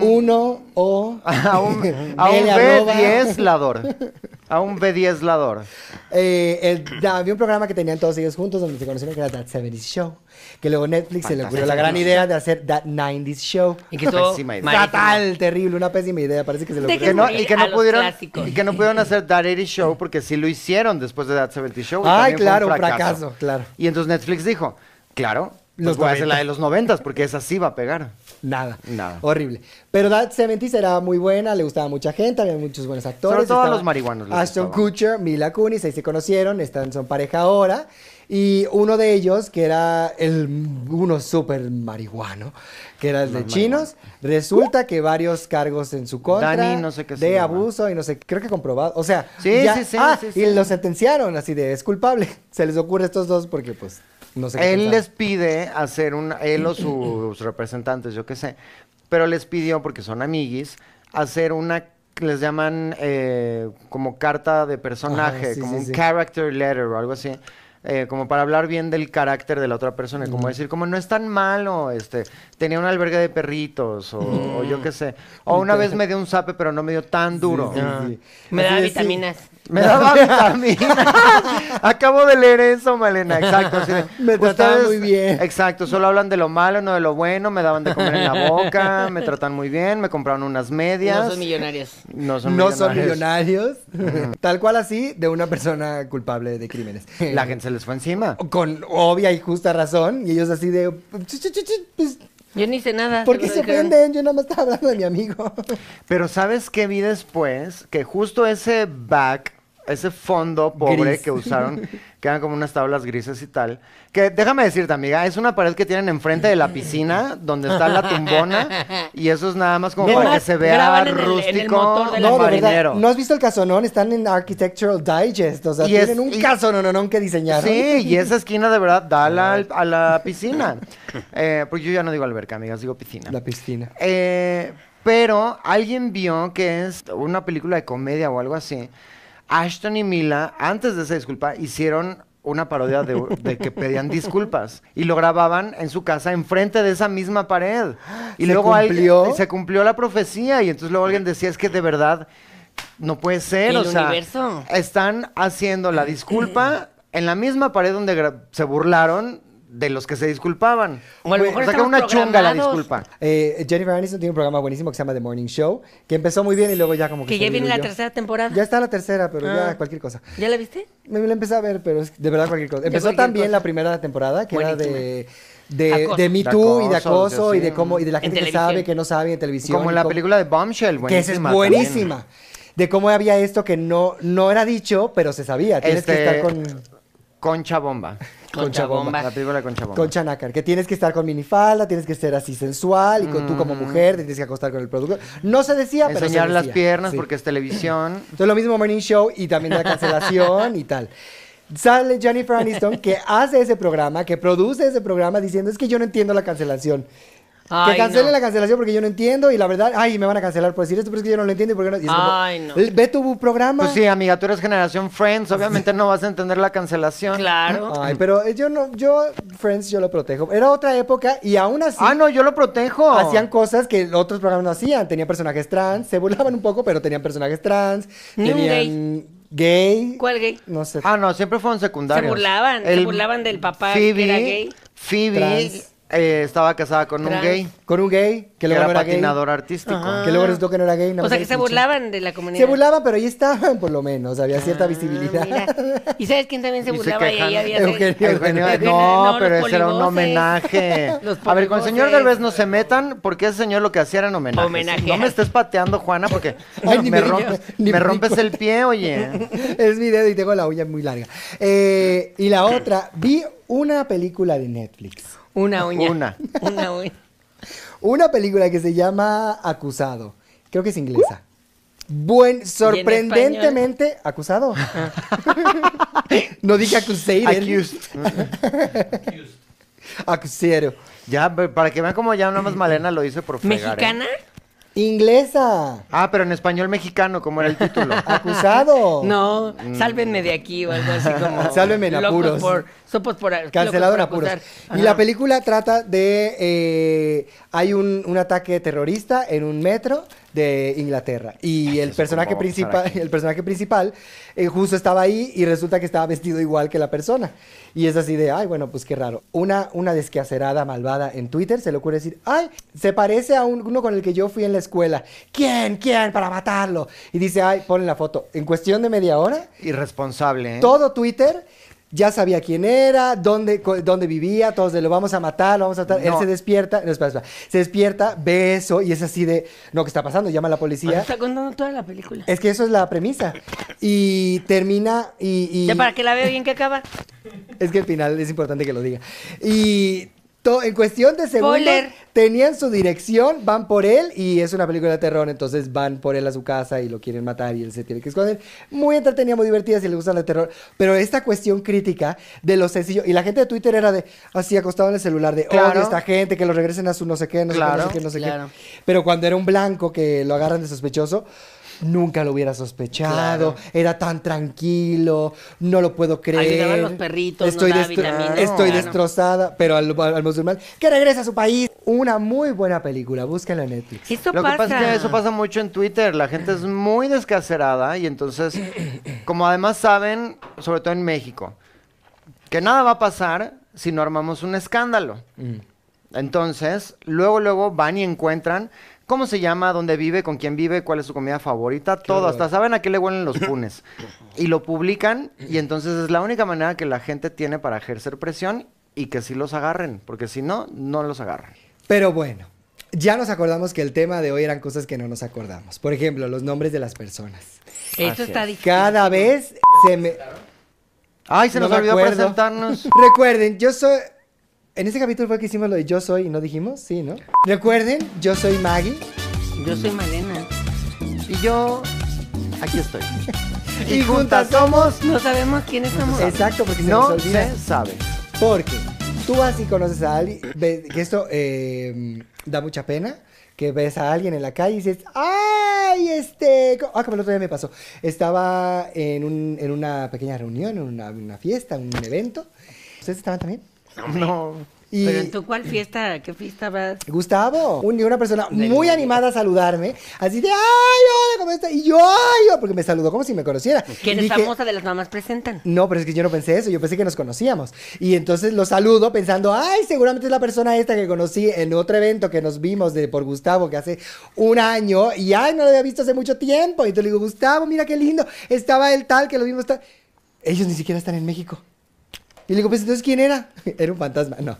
[SPEAKER 2] B1O.
[SPEAKER 1] A un, a un
[SPEAKER 2] Media Nova.
[SPEAKER 1] B10 lador. A un B10 lador.
[SPEAKER 2] Eh, el- da- había un programa que tenían todos ellos juntos donde se conocieron que era That 70 Show. Que luego Netflix se le ocurrió la gran idea de hacer That 90s Show.
[SPEAKER 3] Y que todo
[SPEAKER 1] Pésima idea.
[SPEAKER 3] malísimo.
[SPEAKER 2] Fatal, terrible, una pésima idea. Parece que se le
[SPEAKER 3] De
[SPEAKER 2] ocurrió.
[SPEAKER 1] Que no,
[SPEAKER 3] morir
[SPEAKER 1] y, que
[SPEAKER 3] a
[SPEAKER 1] no
[SPEAKER 3] los
[SPEAKER 1] pudieron,
[SPEAKER 3] clásicos.
[SPEAKER 1] y que no pudieron hacer That 80 Show porque sí lo hicieron después de That 70 Show. y
[SPEAKER 2] Ay,
[SPEAKER 1] también fue
[SPEAKER 2] claro, un fracaso, claro.
[SPEAKER 1] Y entonces Netflix dijo, claro, pues
[SPEAKER 2] Los
[SPEAKER 1] voy a hacer
[SPEAKER 2] 90.
[SPEAKER 1] la de los noventas porque esa sí va a pegar.
[SPEAKER 2] Nada.
[SPEAKER 1] Nada.
[SPEAKER 2] Horrible. Pero That 70s era muy buena, le gustaba a mucha gente, había muchos buenos actores.
[SPEAKER 1] Sobre todo a
[SPEAKER 2] estaba
[SPEAKER 1] los marihuanos les
[SPEAKER 2] Ashton
[SPEAKER 1] gustaba.
[SPEAKER 2] Kutcher, Mila Kunis, ahí se conocieron, están, son pareja ahora. Y uno de ellos, que era el uno súper marihuano, que era el de chinos, resulta que varios cargos en su contra
[SPEAKER 1] Dani, no sé qué se
[SPEAKER 2] de
[SPEAKER 1] llama.
[SPEAKER 2] abuso y no sé, creo que comprobado. O sea,
[SPEAKER 1] Sí,
[SPEAKER 2] ya-
[SPEAKER 1] sí, sí,
[SPEAKER 2] ah,
[SPEAKER 1] sí,
[SPEAKER 2] y
[SPEAKER 1] sí.
[SPEAKER 2] lo sentenciaron así de es culpable. Se les ocurre a estos dos porque pues no sé qué
[SPEAKER 1] Él
[SPEAKER 2] pensaron.
[SPEAKER 1] les pide hacer un, él o sus representantes, yo qué sé, pero les pidió, porque son amiguis, hacer una, les llaman eh, como carta de personaje,
[SPEAKER 2] Ajá, sí,
[SPEAKER 1] como
[SPEAKER 2] sí,
[SPEAKER 1] un
[SPEAKER 2] sí.
[SPEAKER 1] character letter o algo así. eh, como para hablar bien del carácter de la otra persona, como decir, como no es tan malo, este, tenía una albergue de perritos, o, o yo qué sé. O una vez me dio un zape, pero no me dio tan duro.
[SPEAKER 2] Sí, sí.
[SPEAKER 3] Ah. Me
[SPEAKER 2] Así
[SPEAKER 3] da
[SPEAKER 2] de, sí.
[SPEAKER 3] vitaminas.
[SPEAKER 1] Me daba vitaminas. Acabo de leer eso, Malena. Exacto. así de,
[SPEAKER 2] Me trataban
[SPEAKER 1] "Ustedes-"
[SPEAKER 2] muy bien.
[SPEAKER 1] Exacto. Solo hablan de lo malo, no de lo bueno. Me daban de comer en la boca. Me tratan muy bien. Me compraron unas medias.
[SPEAKER 3] No son millonarios.
[SPEAKER 1] No son
[SPEAKER 2] no son
[SPEAKER 1] millonarios.
[SPEAKER 2] millonarios. Tal cual así, de una persona culpable de crímenes.
[SPEAKER 1] La gente se les fue encima.
[SPEAKER 2] Con obvia y justa razón, y ellos así de. "Ch, ch, ch, ch, pues,
[SPEAKER 3] Yo no hice nada.
[SPEAKER 2] ¿Por qué se
[SPEAKER 3] seguro dijeron.
[SPEAKER 2] ofenden? Yo nada más estaba hablando de mi amigo.
[SPEAKER 1] Pero ¿sabes qué vi después? Que justo ese back, ese fondo pobre
[SPEAKER 2] Gris.
[SPEAKER 1] que usaron, que eran como unas tablas grises y tal, que déjame decirte, amiga, es una pared que tienen enfrente de la piscina, donde está la tumbona, y eso es nada más como
[SPEAKER 3] No,
[SPEAKER 1] para que
[SPEAKER 3] más
[SPEAKER 1] se vea
[SPEAKER 3] graban en el- en el
[SPEAKER 1] rústico
[SPEAKER 3] motor de la
[SPEAKER 2] No, de verdad.
[SPEAKER 1] marinero.
[SPEAKER 2] ¿No has visto el casonón? Están en Architectural Digest. O sea,
[SPEAKER 1] Y es-
[SPEAKER 2] tienen un
[SPEAKER 1] y-
[SPEAKER 2] casononón que diseñaron.
[SPEAKER 1] Sí, y esa esquina de verdad da a la, a la piscina. Eh, porque yo ya no digo alberca, amigas, digo piscina.
[SPEAKER 2] La piscina.
[SPEAKER 1] Eh, pero alguien vio que es una película de comedia o algo así. Ashton y Mila, antes de esa disculpa, hicieron una parodia de, de que pedían disculpas y lo grababan en su casa enfrente de esa misma pared. Y
[SPEAKER 2] ¿Se
[SPEAKER 1] luego al-
[SPEAKER 2] cumplió?
[SPEAKER 1] se cumplió la profecía y entonces luego alguien decía es que de verdad no puede ser,
[SPEAKER 3] El
[SPEAKER 1] o sea,
[SPEAKER 3] universo.
[SPEAKER 1] están haciendo la disculpa en la misma pared donde gra- se burlaron de los que se disculpaban.
[SPEAKER 3] O a lo
[SPEAKER 1] sea,
[SPEAKER 3] mejor
[SPEAKER 1] que
[SPEAKER 3] estaban
[SPEAKER 1] una chunga la
[SPEAKER 3] programados.
[SPEAKER 1] disculpa.
[SPEAKER 2] Eh, Jennifer Aniston tiene un programa buenísimo que se llama The Morning Show, que empezó muy bien y luego ya como que.
[SPEAKER 3] Que
[SPEAKER 2] se
[SPEAKER 3] ya viene la
[SPEAKER 2] diluyó.
[SPEAKER 3] tercera temporada.
[SPEAKER 2] Ya está la tercera, pero ya
[SPEAKER 3] Ah.
[SPEAKER 2] cualquier cosa.
[SPEAKER 3] ¿Ya la viste?
[SPEAKER 2] Me la empecé a ver, pero es de verdad cualquier cosa.
[SPEAKER 3] De
[SPEAKER 2] Empezó
[SPEAKER 3] cualquier
[SPEAKER 2] también
[SPEAKER 3] cosa.
[SPEAKER 2] la primera temporada, que era de, de,
[SPEAKER 3] Acoso.
[SPEAKER 2] de Me
[SPEAKER 1] De
[SPEAKER 2] Too y de
[SPEAKER 1] acoso,
[SPEAKER 2] acoso
[SPEAKER 1] de-
[SPEAKER 2] y de cómo y de la
[SPEAKER 3] En
[SPEAKER 2] gente que
[SPEAKER 3] televisión.
[SPEAKER 2] sabe, que no sabe en televisión. y
[SPEAKER 1] Como en la
[SPEAKER 2] cómo-
[SPEAKER 1] película de Bombshell,
[SPEAKER 2] que esa
[SPEAKER 1] buenísima.
[SPEAKER 2] es
[SPEAKER 1] también.
[SPEAKER 2] buenísima. De cómo había esto que no, no era dicho, pero se sabía. Tienes que
[SPEAKER 1] Este,
[SPEAKER 2] estar con,
[SPEAKER 1] Concha Bomba.
[SPEAKER 3] Concha Bomba.
[SPEAKER 1] La película de Concha Bomba.
[SPEAKER 2] con Chanacar, que tienes que estar con minifalda, tienes que ser así sensual y con tú como mujer te tienes que acostar con el productor. No se decía, pero se
[SPEAKER 1] Mm. Enseñar las
[SPEAKER 2] decía.
[SPEAKER 1] piernas
[SPEAKER 2] Sí.
[SPEAKER 1] porque es televisión.
[SPEAKER 2] Entonces lo mismo Morning Show y también la cancelación y tal. Sale Jennifer Aniston que hace ese programa, que produce ese programa diciendo es que yo no entiendo la cancelación. que
[SPEAKER 3] Ay,
[SPEAKER 2] cancelen
[SPEAKER 3] no.
[SPEAKER 2] la cancelación porque yo no entiendo y la verdad, ay, me van a cancelar por decir esto, pero es que yo no lo entiendo y por qué no. Y es como, "Eh,
[SPEAKER 3] Ay, no.
[SPEAKER 2] Ve tu programa.
[SPEAKER 1] Pues sí, amiga, tú eres generación Friends. Obviamente no vas a entender la cancelación.
[SPEAKER 3] Ah. Claro.
[SPEAKER 2] Ay, pero eh, yo no, yo, Friends, yo lo protejo. Era otra época y aún así
[SPEAKER 1] Ah, no, yo lo protejo.
[SPEAKER 2] hacían cosas que otros programas no hacían. Tenían personajes trans, se burlaban un poco, pero tenían personajes trans.
[SPEAKER 3] Ni un
[SPEAKER 2] tenían gay.
[SPEAKER 3] ¿Cuál gay?
[SPEAKER 2] No sé.
[SPEAKER 1] Ah, no, siempre fueron secundarios.
[SPEAKER 3] Se burlaban, se burlaban del papá que era gay.
[SPEAKER 1] Phoebe
[SPEAKER 2] Trans.
[SPEAKER 1] eh, estaba casada con un
[SPEAKER 3] Trans.
[SPEAKER 1] gay.
[SPEAKER 2] Con un gay, que
[SPEAKER 1] Que
[SPEAKER 2] luego
[SPEAKER 1] era
[SPEAKER 2] no era gay.
[SPEAKER 1] patinador artístico.
[SPEAKER 3] Ajá.
[SPEAKER 2] Que luego resultó que no era gay. nada
[SPEAKER 3] O
[SPEAKER 2] más
[SPEAKER 3] sea,
[SPEAKER 2] era
[SPEAKER 3] que se
[SPEAKER 2] pinche.
[SPEAKER 3] burlaban de la comunidad.
[SPEAKER 2] Se burlaban, pero ahí estaban, por lo menos. Había cierta
[SPEAKER 3] Ah,
[SPEAKER 2] visibilidad.
[SPEAKER 3] mira. ¿Y sabes quién también se
[SPEAKER 1] Y se
[SPEAKER 3] burlaba? y ahí
[SPEAKER 1] quejan.
[SPEAKER 3] había...
[SPEAKER 2] Eugenio, Eugenio.
[SPEAKER 1] Eugenio,
[SPEAKER 3] no,
[SPEAKER 1] no,
[SPEAKER 3] los
[SPEAKER 1] pero ese era un
[SPEAKER 3] polivoces.
[SPEAKER 1] homenaje.
[SPEAKER 3] Los
[SPEAKER 1] A ver, con el señor
[SPEAKER 3] polivoces.
[SPEAKER 1] Derbez no se metan, porque ese señor lo que hacía eran homenajes.
[SPEAKER 3] Homenajear.
[SPEAKER 1] No me estés pateando, Juana, porque
[SPEAKER 2] Ay,
[SPEAKER 1] no,
[SPEAKER 2] ni
[SPEAKER 1] me,
[SPEAKER 2] me-
[SPEAKER 1] rompes,
[SPEAKER 2] ni me
[SPEAKER 1] me
[SPEAKER 2] di
[SPEAKER 1] rompes
[SPEAKER 2] cuenta.
[SPEAKER 1] el pie, oye.
[SPEAKER 2] es mi dedo y tengo la uña muy larga. Eh, y la otra, vi una película de Netflix.
[SPEAKER 3] Una uña.
[SPEAKER 1] Una.
[SPEAKER 3] Una uña.
[SPEAKER 2] Una película que se llama Acusado. Creo que es inglesa. Buen, sorprendentemente, acusado. no dije acusado.
[SPEAKER 1] Accused.
[SPEAKER 2] Acusero.
[SPEAKER 1] Ya, pe- para que vean como ya nada más Malena lo hizo por fregar. ¿eh?
[SPEAKER 3] ¿Mexicana?
[SPEAKER 2] Inglesa.
[SPEAKER 1] Ah, pero en español mexicano, como era el título.
[SPEAKER 2] Acusado.
[SPEAKER 3] No, sálvenme de aquí o algo así como.
[SPEAKER 2] Mm. Sálvenme en
[SPEAKER 3] locos
[SPEAKER 2] apuros.
[SPEAKER 3] por- somos por- locos
[SPEAKER 2] Cancelado en
[SPEAKER 3] por
[SPEAKER 2] apuros.
[SPEAKER 3] acusar.
[SPEAKER 2] Y
[SPEAKER 3] Ajá.
[SPEAKER 2] la película trata de. eh, hay un, un ataque terrorista en un metro de Inglaterra. Y el,
[SPEAKER 1] Jesús,
[SPEAKER 2] personaje
[SPEAKER 1] ¿cómo vamos a estar
[SPEAKER 2] principal,
[SPEAKER 1] aquí?
[SPEAKER 2] el personaje principal eh, justo estaba ahí y resulta que estaba vestido igual que la persona. Y es así de, ay, bueno, pues qué raro. Una, una desquacerada malvada en Twitter se le ocurre decir, ay, se parece a un- uno con el que yo fui en la escuela. ¿Quién? ¿Quién? Para matarlo. Y dice, ay, ponen la foto. En cuestión de media hora,
[SPEAKER 1] Irresponsable, ¿eh?
[SPEAKER 2] todo Twitter ya sabía quién era, dónde, co- dónde vivía, todos de lo vamos a matar, lo vamos a matar.
[SPEAKER 1] No.
[SPEAKER 2] Él se despierta, no, espera, espera. se despierta, ve eso y es así de, no, ¿qué está pasando? Llama a la policía.
[SPEAKER 3] Está contando toda la película.
[SPEAKER 2] Es que eso es la premisa. Y termina y... y-
[SPEAKER 3] Ya para que la vea bien que acaba.
[SPEAKER 2] Es que el final es importante que lo diga. Y to- en cuestión de segundos,
[SPEAKER 3] Spoiler.
[SPEAKER 2] tenían su dirección, van por él y es una película de terror, entonces van por él a su casa y lo quieren matar y él se tiene que esconder. Muy entretenida, muy divertida si le gusta el terror. Pero esta cuestión crítica de lo sencillo, y la gente de Twitter era de, así acostado en el celular, de,
[SPEAKER 1] Claro.
[SPEAKER 2] odio a esta gente, que lo regresen a su no sé qué, no sé qué,
[SPEAKER 1] Claro,
[SPEAKER 2] no sé qué, no sé qué".
[SPEAKER 3] claro.
[SPEAKER 2] Pero cuando era un blanco que lo agarran de sospechoso, nunca lo hubiera sospechado. Era tan tranquilo, no lo puedo creer.
[SPEAKER 3] Ayudaba a los perritos, nos
[SPEAKER 2] estoy
[SPEAKER 3] daba
[SPEAKER 2] destro-
[SPEAKER 3] vitaminas,
[SPEAKER 2] Estoy
[SPEAKER 3] claro.
[SPEAKER 2] destrozada, pero al, al musulmán que regresa a su país. Una muy buena película, búsquenla en Netflix.
[SPEAKER 3] Eso
[SPEAKER 1] Lo que
[SPEAKER 3] pasa.
[SPEAKER 1] pasa es que eso pasa mucho en Twitter. La gente es muy descacerada y entonces, como además saben, sobre todo en México, que nada va a pasar si no armamos un escándalo.
[SPEAKER 2] Mm.
[SPEAKER 1] Entonces, luego, luego van y encuentran cómo se llama, dónde vive, con quién vive, cuál es su comida favorita, todo.
[SPEAKER 2] horror.
[SPEAKER 1] Hasta saben a qué le huelen los punes. Y lo publican y entonces es la única manera que la gente tiene para ejercer presión y que sí los agarren, porque si no, no los agarran.
[SPEAKER 2] Pero bueno, ya nos acordamos que el tema de hoy eran cosas que no nos acordamos. Por ejemplo, los nombres de las personas.
[SPEAKER 3] Eso está difícil.
[SPEAKER 2] Cada vez se me...
[SPEAKER 1] Ay, se
[SPEAKER 2] No
[SPEAKER 1] nos
[SPEAKER 2] me
[SPEAKER 1] olvidó
[SPEAKER 2] acuerdo.
[SPEAKER 1] presentarnos.
[SPEAKER 2] Recuerden, yo soy... En ese capítulo fue que hicimos lo de yo soy y no dijimos, sí, ¿no? Recuerden, yo soy Maggie.
[SPEAKER 3] Yo soy Malena.
[SPEAKER 1] Y yo, aquí estoy.
[SPEAKER 2] Y juntas somos...
[SPEAKER 3] No sabemos quiénes somos.
[SPEAKER 2] Exacto, porque se
[SPEAKER 1] No
[SPEAKER 2] nos olvida.
[SPEAKER 1] se sabe.
[SPEAKER 2] Porque tú vas y conoces a alguien, ve- que esto eh, da mucha pena, que ves a alguien en la calle y dices, ¡ay, este! co- Ah, como el otro día me pasó. Estaba en, un- en una pequeña reunión, en una, una fiesta, un evento. ¿Ustedes estaban también?
[SPEAKER 1] No.
[SPEAKER 2] Y
[SPEAKER 3] Pero en tu cuál fiesta, ¿a qué fiesta vas?
[SPEAKER 2] Gustavo, un- una persona
[SPEAKER 3] Del-
[SPEAKER 2] muy animada a saludarme, así de, ¡ay, hola, cómo estás! Y yo, ¡ay, hola", Porque me saludó como si me conociera. Y
[SPEAKER 3] Que eres
[SPEAKER 2] dije,
[SPEAKER 3] famosa de las mamás presentan.
[SPEAKER 2] No, pero es que yo no pensé eso, yo pensé que nos conocíamos. Y entonces lo saludo pensando, ay, seguramente es la persona esta que conocí en otro evento que nos vimos de, por Gustavo que hace un año y ay, no lo había visto hace mucho tiempo. Y entonces le digo, Gustavo, mira qué lindo, estaba el tal que lo vimos tal. Ellos ni siquiera están en México. Y le digo, pues entonces, ¿quién era? Era un fantasma, no.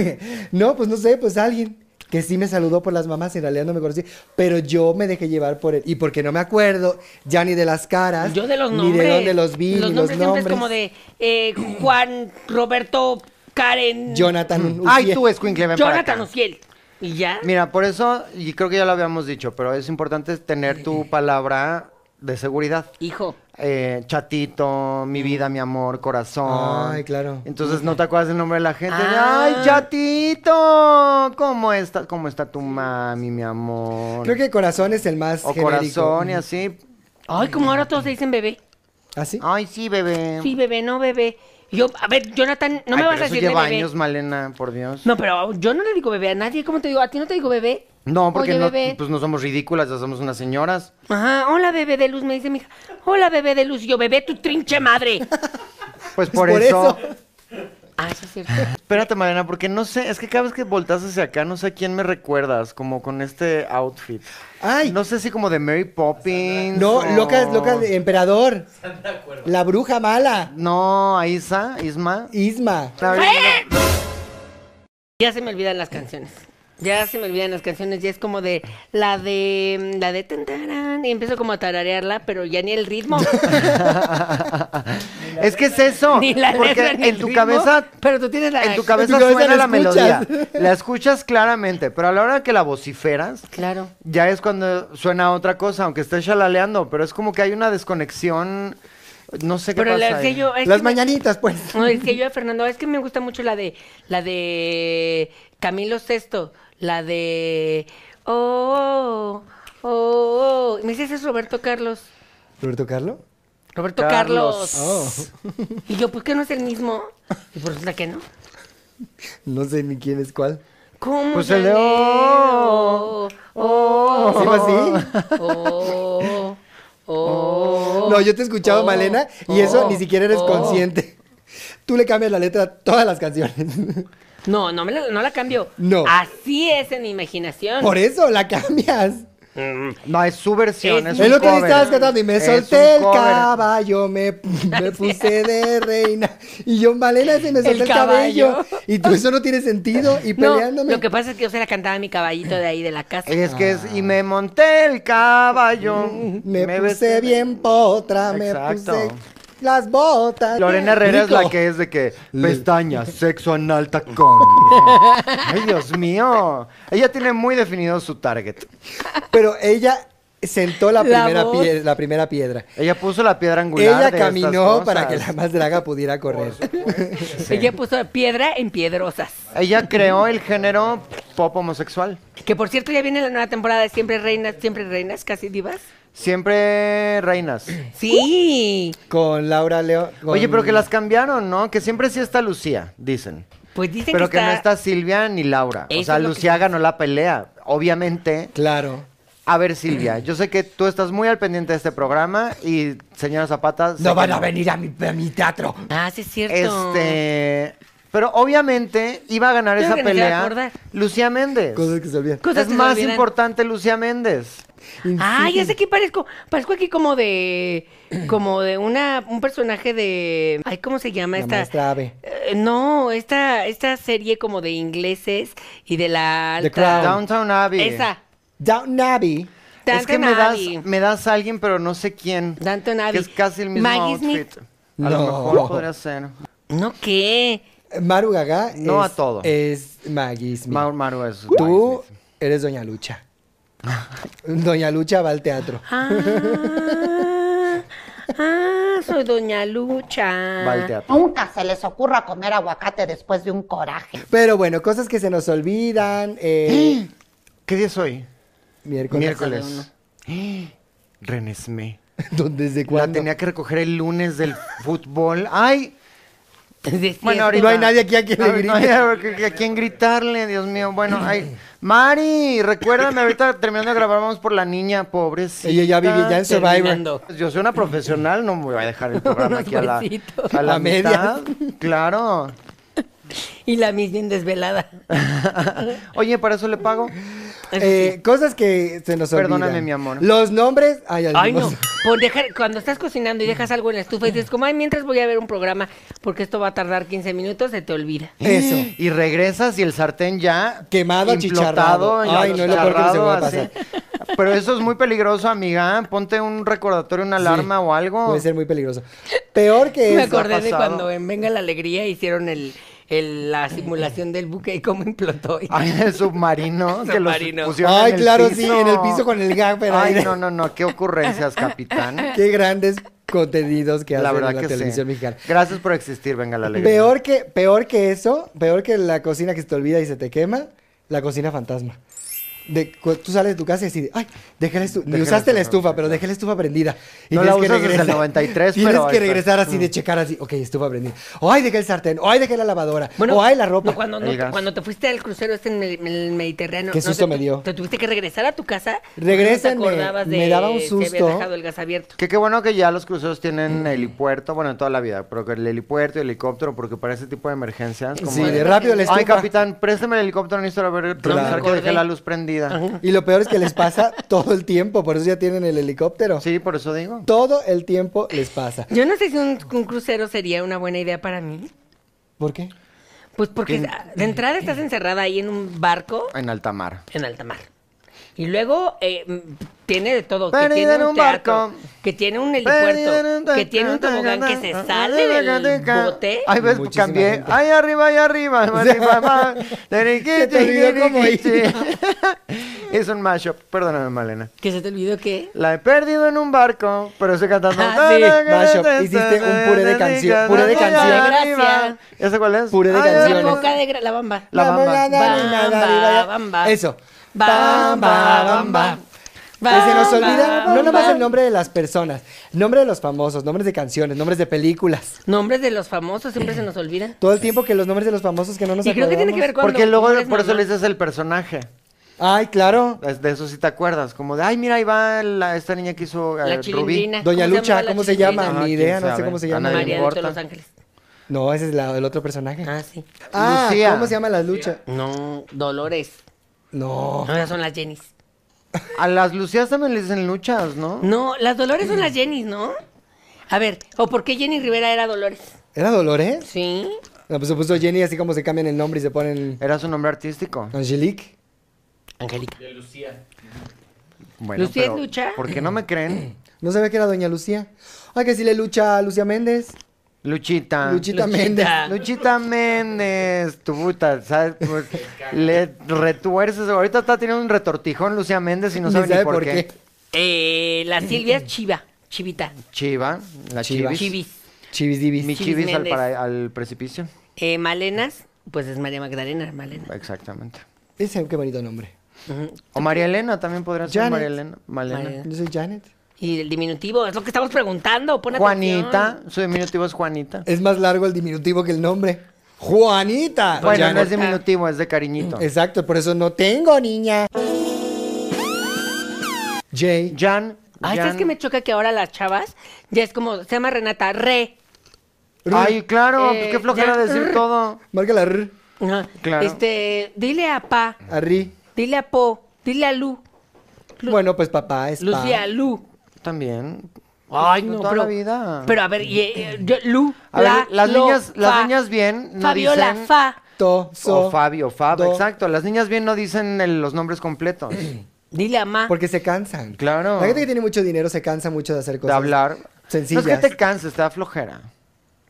[SPEAKER 2] no, pues no sé, pues alguien que sí me saludó por las mamás, en realidad no me conocí, pero yo me dejé llevar por él. Y porque no me acuerdo ya ni de las caras,
[SPEAKER 3] Yo de los
[SPEAKER 2] ni
[SPEAKER 3] nombres.
[SPEAKER 2] de dónde los vi,
[SPEAKER 3] Los
[SPEAKER 2] ni
[SPEAKER 3] nombres
[SPEAKER 2] los
[SPEAKER 3] siempre
[SPEAKER 2] nombres.
[SPEAKER 3] es como de eh, Juan, Roberto, Karen,
[SPEAKER 2] Jonathan Unufiel.
[SPEAKER 1] Mm. Ay, tú, Escuincle, ven para
[SPEAKER 3] Jonathan
[SPEAKER 1] acá.
[SPEAKER 3] Ociel. ¿Y ya?
[SPEAKER 1] Mira, por eso, y creo que ya lo habíamos dicho, pero es importante tener tu palabra de seguridad.
[SPEAKER 3] Hijo.
[SPEAKER 1] Eh, chatito, mi vida, mi amor, corazón.
[SPEAKER 2] Mm. Ay, claro.
[SPEAKER 1] Entonces no te acuerdas el nombre de la gente.
[SPEAKER 3] Ah.
[SPEAKER 1] Ay, chatito, ¿cómo está, cómo está tu mami, mi amor?
[SPEAKER 2] Creo que corazón es el más
[SPEAKER 1] o
[SPEAKER 2] genérico.
[SPEAKER 1] corazón y así.
[SPEAKER 3] Ay, como ahora todos se dicen bebé.
[SPEAKER 2] ¿Así?
[SPEAKER 1] Ay, sí, bebé.
[SPEAKER 3] Sí, bebé, no bebé. Yo, a ver, Jonathan, no me
[SPEAKER 1] Ay,
[SPEAKER 3] vas
[SPEAKER 1] pero eso
[SPEAKER 3] a decir de
[SPEAKER 1] lleva
[SPEAKER 3] bebé.
[SPEAKER 1] años, Malena, por Dios.
[SPEAKER 3] No, pero yo no le digo bebé a nadie. ¿Cómo te digo? ¿A ti no te digo bebé?
[SPEAKER 1] No, porque
[SPEAKER 3] Oye,
[SPEAKER 1] no,
[SPEAKER 3] bebé.
[SPEAKER 1] pues no somos ridículas, ya somos unas señoras.
[SPEAKER 3] Ajá, hola bebé de luz, me dice mi hija. Hola bebé de luz, Y yo bebé tu trinche madre.
[SPEAKER 1] Pues
[SPEAKER 2] Es
[SPEAKER 1] por, eso.
[SPEAKER 3] ah, eso es cierto.
[SPEAKER 1] Espérate, Mariana, porque no sé, es que cada vez que volteas hacia acá, no sé a quién me recuerdas, como con este outfit.
[SPEAKER 2] Ay.
[SPEAKER 1] No sé si como de Mary Poppins.
[SPEAKER 2] No,
[SPEAKER 1] o-
[SPEAKER 2] locas, locas, de emperador. La bruja mala.
[SPEAKER 1] No, a Isa, Isma.
[SPEAKER 2] Isma.
[SPEAKER 1] Está bien.
[SPEAKER 3] ¡Eh! Ya se me olvidan las canciones. Ya se me olvidan las canciones, ya es como de la de la de tan, tarán, y empiezo como a tararearla, pero ya ni el ritmo.
[SPEAKER 1] es que es eso.
[SPEAKER 3] ni la
[SPEAKER 1] porque
[SPEAKER 3] letra, ni
[SPEAKER 1] en
[SPEAKER 3] el
[SPEAKER 1] tu
[SPEAKER 3] ritmo,
[SPEAKER 1] cabeza,
[SPEAKER 3] pero tú tienes la
[SPEAKER 1] en tu
[SPEAKER 2] cabeza
[SPEAKER 1] cabeza suena
[SPEAKER 2] la
[SPEAKER 1] la melodía.
[SPEAKER 2] escuchas.
[SPEAKER 1] La escuchas claramente, pero a la hora que la vociferas,
[SPEAKER 3] Claro.
[SPEAKER 1] ya es cuando suena otra cosa, aunque esté chalaleando, pero es como que hay una desconexión No sé qué
[SPEAKER 3] Pero le
[SPEAKER 1] pasa.
[SPEAKER 3] hacía
[SPEAKER 1] ahí.
[SPEAKER 3] yo- es
[SPEAKER 2] Las
[SPEAKER 3] que me-
[SPEAKER 2] mañanitas, pues.
[SPEAKER 3] No, es que yo a Fernando, es que me gusta mucho la de la de Camilo Sexto, la de oh, oh, oh, oh. me dices es Roberto Carlos.
[SPEAKER 2] ¿Roberto Carlo?
[SPEAKER 3] Roberto
[SPEAKER 1] Carlos.
[SPEAKER 3] Carlos.
[SPEAKER 2] Oh,
[SPEAKER 3] Y yo, ¿por qué no es el mismo? Y pues resulta que no.
[SPEAKER 2] no sé ni quién es cuál.
[SPEAKER 3] ¿Cómo?
[SPEAKER 1] Pues
[SPEAKER 3] ya
[SPEAKER 1] el de,
[SPEAKER 3] leo?
[SPEAKER 1] oh,
[SPEAKER 3] oh,
[SPEAKER 2] ¿Sí va así?
[SPEAKER 3] oh, oh.
[SPEAKER 2] No, yo te he escuchado,
[SPEAKER 3] Oh,
[SPEAKER 2] Malena, y eso
[SPEAKER 3] oh,
[SPEAKER 2] ni siquiera eres
[SPEAKER 3] oh.
[SPEAKER 2] consciente. Tú le cambias la letra a todas las canciones.
[SPEAKER 3] No, no, me la, no la cambio.
[SPEAKER 2] No.
[SPEAKER 3] Así es en mi imaginación.
[SPEAKER 2] Por eso la cambias.
[SPEAKER 1] No, es su versión.
[SPEAKER 3] Es
[SPEAKER 1] Es
[SPEAKER 3] un
[SPEAKER 2] El otro día
[SPEAKER 1] cover.
[SPEAKER 2] estabas cantando y me
[SPEAKER 1] Es
[SPEAKER 2] solté
[SPEAKER 1] un
[SPEAKER 2] el
[SPEAKER 1] cover.
[SPEAKER 2] caballo, me, me puse de reina. Y yo, Malena, se me solté el,
[SPEAKER 3] caballo.
[SPEAKER 2] cabello. Y tú, eso no tiene sentido. Y
[SPEAKER 3] No,
[SPEAKER 2] peleándome.
[SPEAKER 3] lo que pasa es que yo se la cantaba a mi caballito de ahí de la casa.
[SPEAKER 1] Es que es, y me monté el caballo.
[SPEAKER 2] Me,
[SPEAKER 1] vestí-
[SPEAKER 2] Mm, puse bien potra,
[SPEAKER 1] Exacto.
[SPEAKER 2] me puse las botas.
[SPEAKER 1] Lorena Herrera es la
[SPEAKER 2] Rico.
[SPEAKER 1] que es de que
[SPEAKER 2] Le-
[SPEAKER 1] pestañas, sexo anal, tacón. Ay, Dios mío. Ella tiene muy definido su target.
[SPEAKER 2] Pero ella sentó la,
[SPEAKER 3] La
[SPEAKER 2] primera,
[SPEAKER 3] voz.
[SPEAKER 2] pie- la primera piedra.
[SPEAKER 1] Ella puso la piedra angular.
[SPEAKER 2] Ella
[SPEAKER 1] de estas
[SPEAKER 2] caminó para que la
[SPEAKER 1] cosas.
[SPEAKER 2] más draga pudiera correr.
[SPEAKER 1] Sí.
[SPEAKER 3] Ella puso piedra en piedrosas.
[SPEAKER 1] Ella creó el género pop homosexual.
[SPEAKER 3] Que por cierto ya viene la nueva temporada de Siempre Reinas, Siempre Reinas, casi divas.
[SPEAKER 1] Siempre reinas.
[SPEAKER 3] Sí.
[SPEAKER 2] Con Laura Leo. con-
[SPEAKER 1] Oye, pero que las cambiaron, ¿no? Que siempre sí está Lucía, dicen.
[SPEAKER 3] Pues dicen
[SPEAKER 1] Pero
[SPEAKER 3] que,
[SPEAKER 1] que no está Silvia ni Laura. O
[SPEAKER 3] Eso
[SPEAKER 1] sea,
[SPEAKER 3] es lo que
[SPEAKER 1] Lucía ganó la pelea. Obviamente.
[SPEAKER 2] Claro.
[SPEAKER 1] A ver, Silvia, yo sé que tú estás muy al pendiente de este programa y, señora Zapata... sé que
[SPEAKER 2] No van a venir a mi, a mi teatro.
[SPEAKER 3] Ah, sí es cierto.
[SPEAKER 1] Este... Pero obviamente iba a ganar
[SPEAKER 3] Creo
[SPEAKER 1] esa
[SPEAKER 3] que ni se va a acordar.
[SPEAKER 1] pelea Lucía Méndez.
[SPEAKER 2] Cosas que se olvidan.
[SPEAKER 3] Cosas
[SPEAKER 1] es
[SPEAKER 3] que se
[SPEAKER 1] más
[SPEAKER 3] olvidan.
[SPEAKER 1] importante Lucía Méndez.
[SPEAKER 3] Ah, ya sé que parezco. Parezco aquí como de. Como de una. Un personaje de. Ay, ¿cómo se llama
[SPEAKER 2] La
[SPEAKER 3] esta?
[SPEAKER 2] maestra Ave.
[SPEAKER 3] Eh, no, esta, esta serie como de ingleses y de la
[SPEAKER 2] The
[SPEAKER 3] alta.
[SPEAKER 2] Crown.
[SPEAKER 1] Downtown Abbey.
[SPEAKER 3] Esa.
[SPEAKER 2] Downton Abbey.
[SPEAKER 1] Es que
[SPEAKER 3] Downton
[SPEAKER 1] me das,
[SPEAKER 3] Abbey.
[SPEAKER 1] me das a alguien, pero no sé quién.
[SPEAKER 3] Downton
[SPEAKER 1] Que
[SPEAKER 3] Abbey.
[SPEAKER 1] es casi el mismo
[SPEAKER 3] Maggie
[SPEAKER 1] outfit.
[SPEAKER 3] Smith.
[SPEAKER 1] A lo
[SPEAKER 2] No.
[SPEAKER 1] mejor podría ser.
[SPEAKER 3] ¿No qué?
[SPEAKER 2] Maru Gaga
[SPEAKER 1] No
[SPEAKER 2] es,
[SPEAKER 1] a todo.
[SPEAKER 2] es Maggie Smith.
[SPEAKER 1] Mau- Maru es
[SPEAKER 2] Tú
[SPEAKER 1] Maggie Smith.
[SPEAKER 2] eres Doña Lucha. Doña Lucha va al teatro.
[SPEAKER 3] Ah, ah, soy Doña Lucha.
[SPEAKER 1] Va al teatro.
[SPEAKER 6] Nunca se les ocurra comer aguacate después de un coraje.
[SPEAKER 2] Pero bueno, cosas que se nos olvidan. eh,
[SPEAKER 1] ¿Qué día es hoy?
[SPEAKER 2] miércoles.
[SPEAKER 1] Miércoles. Renesme.
[SPEAKER 2] ¿Dónde- ¿Desde
[SPEAKER 1] La
[SPEAKER 2] cuándo?
[SPEAKER 1] tenía que recoger el lunes del fútbol. ¡Ay!
[SPEAKER 3] Es
[SPEAKER 1] Bueno,
[SPEAKER 3] cierto.
[SPEAKER 1] ahorita.
[SPEAKER 2] No hay nadie aquí a quien le
[SPEAKER 1] Ay,
[SPEAKER 2] grite.
[SPEAKER 1] no hay a- a- a quien gritarle, Dios mío. Bueno, ay. Mari, recuérdame, ahorita terminando de grabar, vamos por la niña, pobrecita.
[SPEAKER 2] Ella ya vivía ya en Survivor.
[SPEAKER 3] Terminando.
[SPEAKER 1] Pues Yo soy una profesional, no me voy a dejar el programa aquí a la,
[SPEAKER 3] Pobrecito.
[SPEAKER 1] a la
[SPEAKER 2] A medias.
[SPEAKER 1] mitad. Claro.
[SPEAKER 3] Y la mis bien desvelada.
[SPEAKER 1] Oye, ¿para eso le pago?
[SPEAKER 2] Eh, Cosas que se nos olvidan.
[SPEAKER 1] Perdóname, mi amor.
[SPEAKER 2] Los nombres. Ay,
[SPEAKER 3] Ay, no.
[SPEAKER 2] algunos.
[SPEAKER 3] Por dejar, cuando estás cocinando y dejas algo en la estufa y dices, como, ay, mientras voy a ver un programa, porque esto va a tardar 15 minutos, se te olvida.
[SPEAKER 2] Eso.
[SPEAKER 1] Y regresas y el sartén ya
[SPEAKER 2] Quemado, achicharrado.
[SPEAKER 1] implotado,
[SPEAKER 2] Ay, no es lo peor que se puede
[SPEAKER 1] achicharrado, así. Pero eso es muy peligroso, amiga. Ponte un recordatorio, una alarma
[SPEAKER 2] Sí.
[SPEAKER 1] o algo.
[SPEAKER 2] Puede ser muy peligroso. Peor que
[SPEAKER 3] Me
[SPEAKER 2] es.
[SPEAKER 1] acuerdo.
[SPEAKER 3] acordé de
[SPEAKER 1] pasado.
[SPEAKER 3] cuando en Venga la Alegría hicieron el, el- la simulación del buque y cómo implotó. Y-
[SPEAKER 1] Ay, el submarino que los
[SPEAKER 3] Submarino.
[SPEAKER 1] pusieron
[SPEAKER 2] Ay,
[SPEAKER 1] en el
[SPEAKER 2] claro,
[SPEAKER 1] piso.
[SPEAKER 2] sí, en el piso con el gag, pero
[SPEAKER 1] Ay,
[SPEAKER 2] ahí-
[SPEAKER 1] no, no, no, qué ocurrencias, capitán.
[SPEAKER 2] Qué grandes contenidos que
[SPEAKER 1] la
[SPEAKER 2] hacen
[SPEAKER 1] verdad
[SPEAKER 2] en la
[SPEAKER 1] que sí.
[SPEAKER 2] televisión mexicana.
[SPEAKER 1] Gracias por existir, venga la alegría.
[SPEAKER 2] Peor que, peor que eso, peor que la cocina que se te olvida y se te quema, la cocina fantasma. De, cu- tú sales de tu casa y decides, ay, dejé la estufa.
[SPEAKER 1] Dejé la
[SPEAKER 2] usaste la
[SPEAKER 1] estufa
[SPEAKER 2] estufa, pero dejé la estufa prendida.
[SPEAKER 1] No
[SPEAKER 2] tienes
[SPEAKER 1] la
[SPEAKER 2] que
[SPEAKER 1] usas desde el
[SPEAKER 2] regresar-
[SPEAKER 1] 93,
[SPEAKER 2] Tienes que
[SPEAKER 1] pero ahí está. Mm.
[SPEAKER 2] regresar así, de checar así, ok, estufa prendida. O ay, dejé el sartén, o ay, dejé la lavadora, o ay, la ropa.
[SPEAKER 3] no, cuando, no-
[SPEAKER 1] El gas.
[SPEAKER 3] cuando te fuiste al crucero este en el, en el Mediterráneo.
[SPEAKER 2] Qué
[SPEAKER 3] no,
[SPEAKER 2] susto
[SPEAKER 3] te-
[SPEAKER 2] me dio.
[SPEAKER 3] Te tuviste que regresar a tu casa. porque no te
[SPEAKER 2] Regrésenme,
[SPEAKER 3] acordabas
[SPEAKER 2] me daba un
[SPEAKER 3] Se había
[SPEAKER 2] susto.
[SPEAKER 3] dejado el gas abierto.
[SPEAKER 1] Que qué bueno que ya los cruceros tienen helipuerto, bueno, en toda la vida, pero que el helipuerto y el helicóptero, porque para ese tipo de emergencias, como
[SPEAKER 2] Sí,
[SPEAKER 1] de-
[SPEAKER 2] de rápido la estufa.
[SPEAKER 1] Ay, capitán, préstame el helicóptero, necesito a ver, revisar que
[SPEAKER 3] acordé.
[SPEAKER 1] dejé la luz prendida.
[SPEAKER 2] Y lo peor es que les pasa todo el tiempo, por eso ya tienen el helicóptero.
[SPEAKER 1] Sí, por eso digo.
[SPEAKER 2] Todo el tiempo les pasa.
[SPEAKER 3] Yo no sé si un, un crucero sería una buena idea para mí.
[SPEAKER 2] ¿Por qué?
[SPEAKER 3] Pues porque ah, de entrada estás encerrada ahí en un barco
[SPEAKER 1] En alta mar.
[SPEAKER 3] en alta mar. Y luego eh, m- tiene de todo, que
[SPEAKER 1] Perdida
[SPEAKER 3] tiene
[SPEAKER 1] en
[SPEAKER 3] un
[SPEAKER 1] un
[SPEAKER 3] teatro,
[SPEAKER 1] barco.
[SPEAKER 3] que tiene un
[SPEAKER 1] Perdida en
[SPEAKER 3] helipuerto,
[SPEAKER 1] un-
[SPEAKER 3] que tiene un tobogán que se sale del bote.
[SPEAKER 1] Ay, ves,
[SPEAKER 2] Muchísima
[SPEAKER 1] cambié.
[SPEAKER 2] gente.
[SPEAKER 1] Ay, arriba, ay, arriba. arriba, más.
[SPEAKER 2] Se te olvidó cómo iba.
[SPEAKER 1] Hizo un mashup, perdóname, Malena.
[SPEAKER 3] Que se te olvidó que.
[SPEAKER 1] La he perdido en un barco, pero estoy cantando.
[SPEAKER 3] Ah, sí,
[SPEAKER 2] mashup. Hiciste un puré de canción- puré de
[SPEAKER 3] canción.
[SPEAKER 1] Gracias. ¿Ya sé cuál es?
[SPEAKER 2] Puré de
[SPEAKER 1] Ah,
[SPEAKER 3] La
[SPEAKER 2] canciones.
[SPEAKER 3] boca de gra- la bamba.
[SPEAKER 1] La bamba.
[SPEAKER 2] banana,
[SPEAKER 3] Bamba,
[SPEAKER 2] banana.
[SPEAKER 3] bamba.
[SPEAKER 2] Eso.
[SPEAKER 3] Bamba, bamba.
[SPEAKER 2] Que Pues se nos olvida
[SPEAKER 3] Bamba,
[SPEAKER 2] no nomás
[SPEAKER 3] bamba.
[SPEAKER 2] el nombre de las personas, nombre de los famosos, nombres de canciones, nombres de películas.
[SPEAKER 3] Nombres de los famosos siempre se nos olvidan.
[SPEAKER 2] Todo el tiempo que los nombres de los famosos que no nos
[SPEAKER 3] Y creo que tiene
[SPEAKER 2] acordamos.
[SPEAKER 3] que ver con.
[SPEAKER 1] Porque luego por eso le dices el personaje.
[SPEAKER 2] Ay, claro.
[SPEAKER 1] Es- De eso sí te acuerdas. Como de, ay, mira, ahí va la- esta niña que hizo eh,
[SPEAKER 3] La
[SPEAKER 1] Rubí.
[SPEAKER 3] chilindrina.
[SPEAKER 2] Doña
[SPEAKER 3] se
[SPEAKER 2] Lucha,
[SPEAKER 3] llamaba la
[SPEAKER 2] ¿cómo se
[SPEAKER 3] chilindrina?
[SPEAKER 2] llama?
[SPEAKER 1] Ah,
[SPEAKER 2] Ni
[SPEAKER 1] quién
[SPEAKER 2] idea, no sé
[SPEAKER 1] sabe.
[SPEAKER 2] cómo se
[SPEAKER 1] A
[SPEAKER 2] llama.
[SPEAKER 1] nadie le
[SPEAKER 3] María de
[SPEAKER 1] importa.
[SPEAKER 3] Los Ángeles.
[SPEAKER 2] No, ese es la- el otro personaje.
[SPEAKER 3] Ah, sí.
[SPEAKER 2] Ah,
[SPEAKER 1] Lucía.
[SPEAKER 2] ¿cómo se llama la lucha?
[SPEAKER 3] No, Dolores.
[SPEAKER 2] No.
[SPEAKER 1] Oh.
[SPEAKER 3] No, esas son las Jennys.
[SPEAKER 1] A las Lucías también le dicen luchas, ¿no?
[SPEAKER 2] Mm.
[SPEAKER 3] No, las Dolores son las Jennys, ¿no? A ver, ¿o por qué Jenny Rivera era Dolores?
[SPEAKER 2] ¿Era Dolores?
[SPEAKER 3] Sí.
[SPEAKER 2] No, pues se puso Jenny, así como se cambian el nombre y se ponen
[SPEAKER 1] Era su nombre artístico.
[SPEAKER 2] Angelique.
[SPEAKER 3] Angélica.
[SPEAKER 1] Bueno,
[SPEAKER 3] ¿Lucía es
[SPEAKER 1] pero,
[SPEAKER 3] lucha?
[SPEAKER 1] ¿Por qué no me creen?
[SPEAKER 2] No sabía que era Doña Lucía. Ay, que sí le lucha a Lucía Méndez.
[SPEAKER 1] Luchita.
[SPEAKER 2] Luchita,
[SPEAKER 3] Luchita.
[SPEAKER 2] Méndez.
[SPEAKER 1] Luchita Méndez, tu puta, ¿sabes? Pues, le retuerces. Ahorita está teniendo un retortijón Lucía Méndez y no
[SPEAKER 2] Ni
[SPEAKER 1] sabe ni
[SPEAKER 2] sabe
[SPEAKER 1] por,
[SPEAKER 2] por
[SPEAKER 1] qué.
[SPEAKER 2] qué.
[SPEAKER 3] Eh, la Silvia es Chiva, Chivita.
[SPEAKER 1] Chiva, la
[SPEAKER 2] Chiva.
[SPEAKER 1] chivis.
[SPEAKER 3] Chivis.
[SPEAKER 2] Chivis Divis.
[SPEAKER 1] Mi
[SPEAKER 3] Chivis
[SPEAKER 1] chivis al,
[SPEAKER 3] Méndez.
[SPEAKER 1] para- al precipicio.
[SPEAKER 3] Eh, Malenas, pues es María Magdalena, Malena.
[SPEAKER 1] Exactamente.
[SPEAKER 2] Dice, qué bonito nombre.
[SPEAKER 1] O María Elena también podría ser
[SPEAKER 2] Janet.
[SPEAKER 1] María Elena. Malena.
[SPEAKER 3] María-
[SPEAKER 2] Yo soy Janet.
[SPEAKER 3] Y el diminutivo, es lo que estamos preguntando. Pon atención.
[SPEAKER 1] Juanita, su diminutivo es Juanita.
[SPEAKER 2] Es más largo el diminutivo que el nombre. Juanita.
[SPEAKER 1] Bueno, no
[SPEAKER 2] Janet.
[SPEAKER 1] es diminutivo, es de cariñito.
[SPEAKER 2] Exacto, por eso no tengo niña. Jay.
[SPEAKER 1] Jan.
[SPEAKER 3] Ay,
[SPEAKER 1] Jan.
[SPEAKER 3] ¿sabes que me choca que ahora las chavas ya es como, se llama Renata, re.
[SPEAKER 1] Ay, claro,
[SPEAKER 3] Eh,
[SPEAKER 1] pues qué flojera
[SPEAKER 3] Jan.
[SPEAKER 1] decir todo.
[SPEAKER 2] Marca la R.
[SPEAKER 3] Ajá.
[SPEAKER 1] Claro.
[SPEAKER 3] Este, dile a pa,
[SPEAKER 2] a Ri.
[SPEAKER 3] dile a po, dile a Lu, Lu-
[SPEAKER 2] Bueno, pues papá es pa.
[SPEAKER 3] Lucía, Lu.
[SPEAKER 1] También. Pues,
[SPEAKER 3] Ay, no,
[SPEAKER 1] toda
[SPEAKER 3] pero,
[SPEAKER 1] la vida.
[SPEAKER 3] pero a ver, y, eh, yo- Lu,
[SPEAKER 1] A
[SPEAKER 3] la,
[SPEAKER 1] ver, las
[SPEAKER 3] lo,
[SPEAKER 1] niñas- las
[SPEAKER 3] fa.
[SPEAKER 1] niñas bien no
[SPEAKER 3] Fabiola,
[SPEAKER 1] dicen-
[SPEAKER 3] fa.
[SPEAKER 2] To, so,
[SPEAKER 1] o Fabio, Fab,
[SPEAKER 2] do.
[SPEAKER 1] exacto. Las niñas bien no dicen el- los nombres completos.
[SPEAKER 3] Dile a ma.
[SPEAKER 2] Porque se cansan.
[SPEAKER 1] Claro.
[SPEAKER 2] La gente que tiene mucho dinero se cansa mucho de hacer
[SPEAKER 1] de
[SPEAKER 2] cosas.
[SPEAKER 1] hablar.
[SPEAKER 2] Sencillas.
[SPEAKER 1] No es que te canses, te da flojera.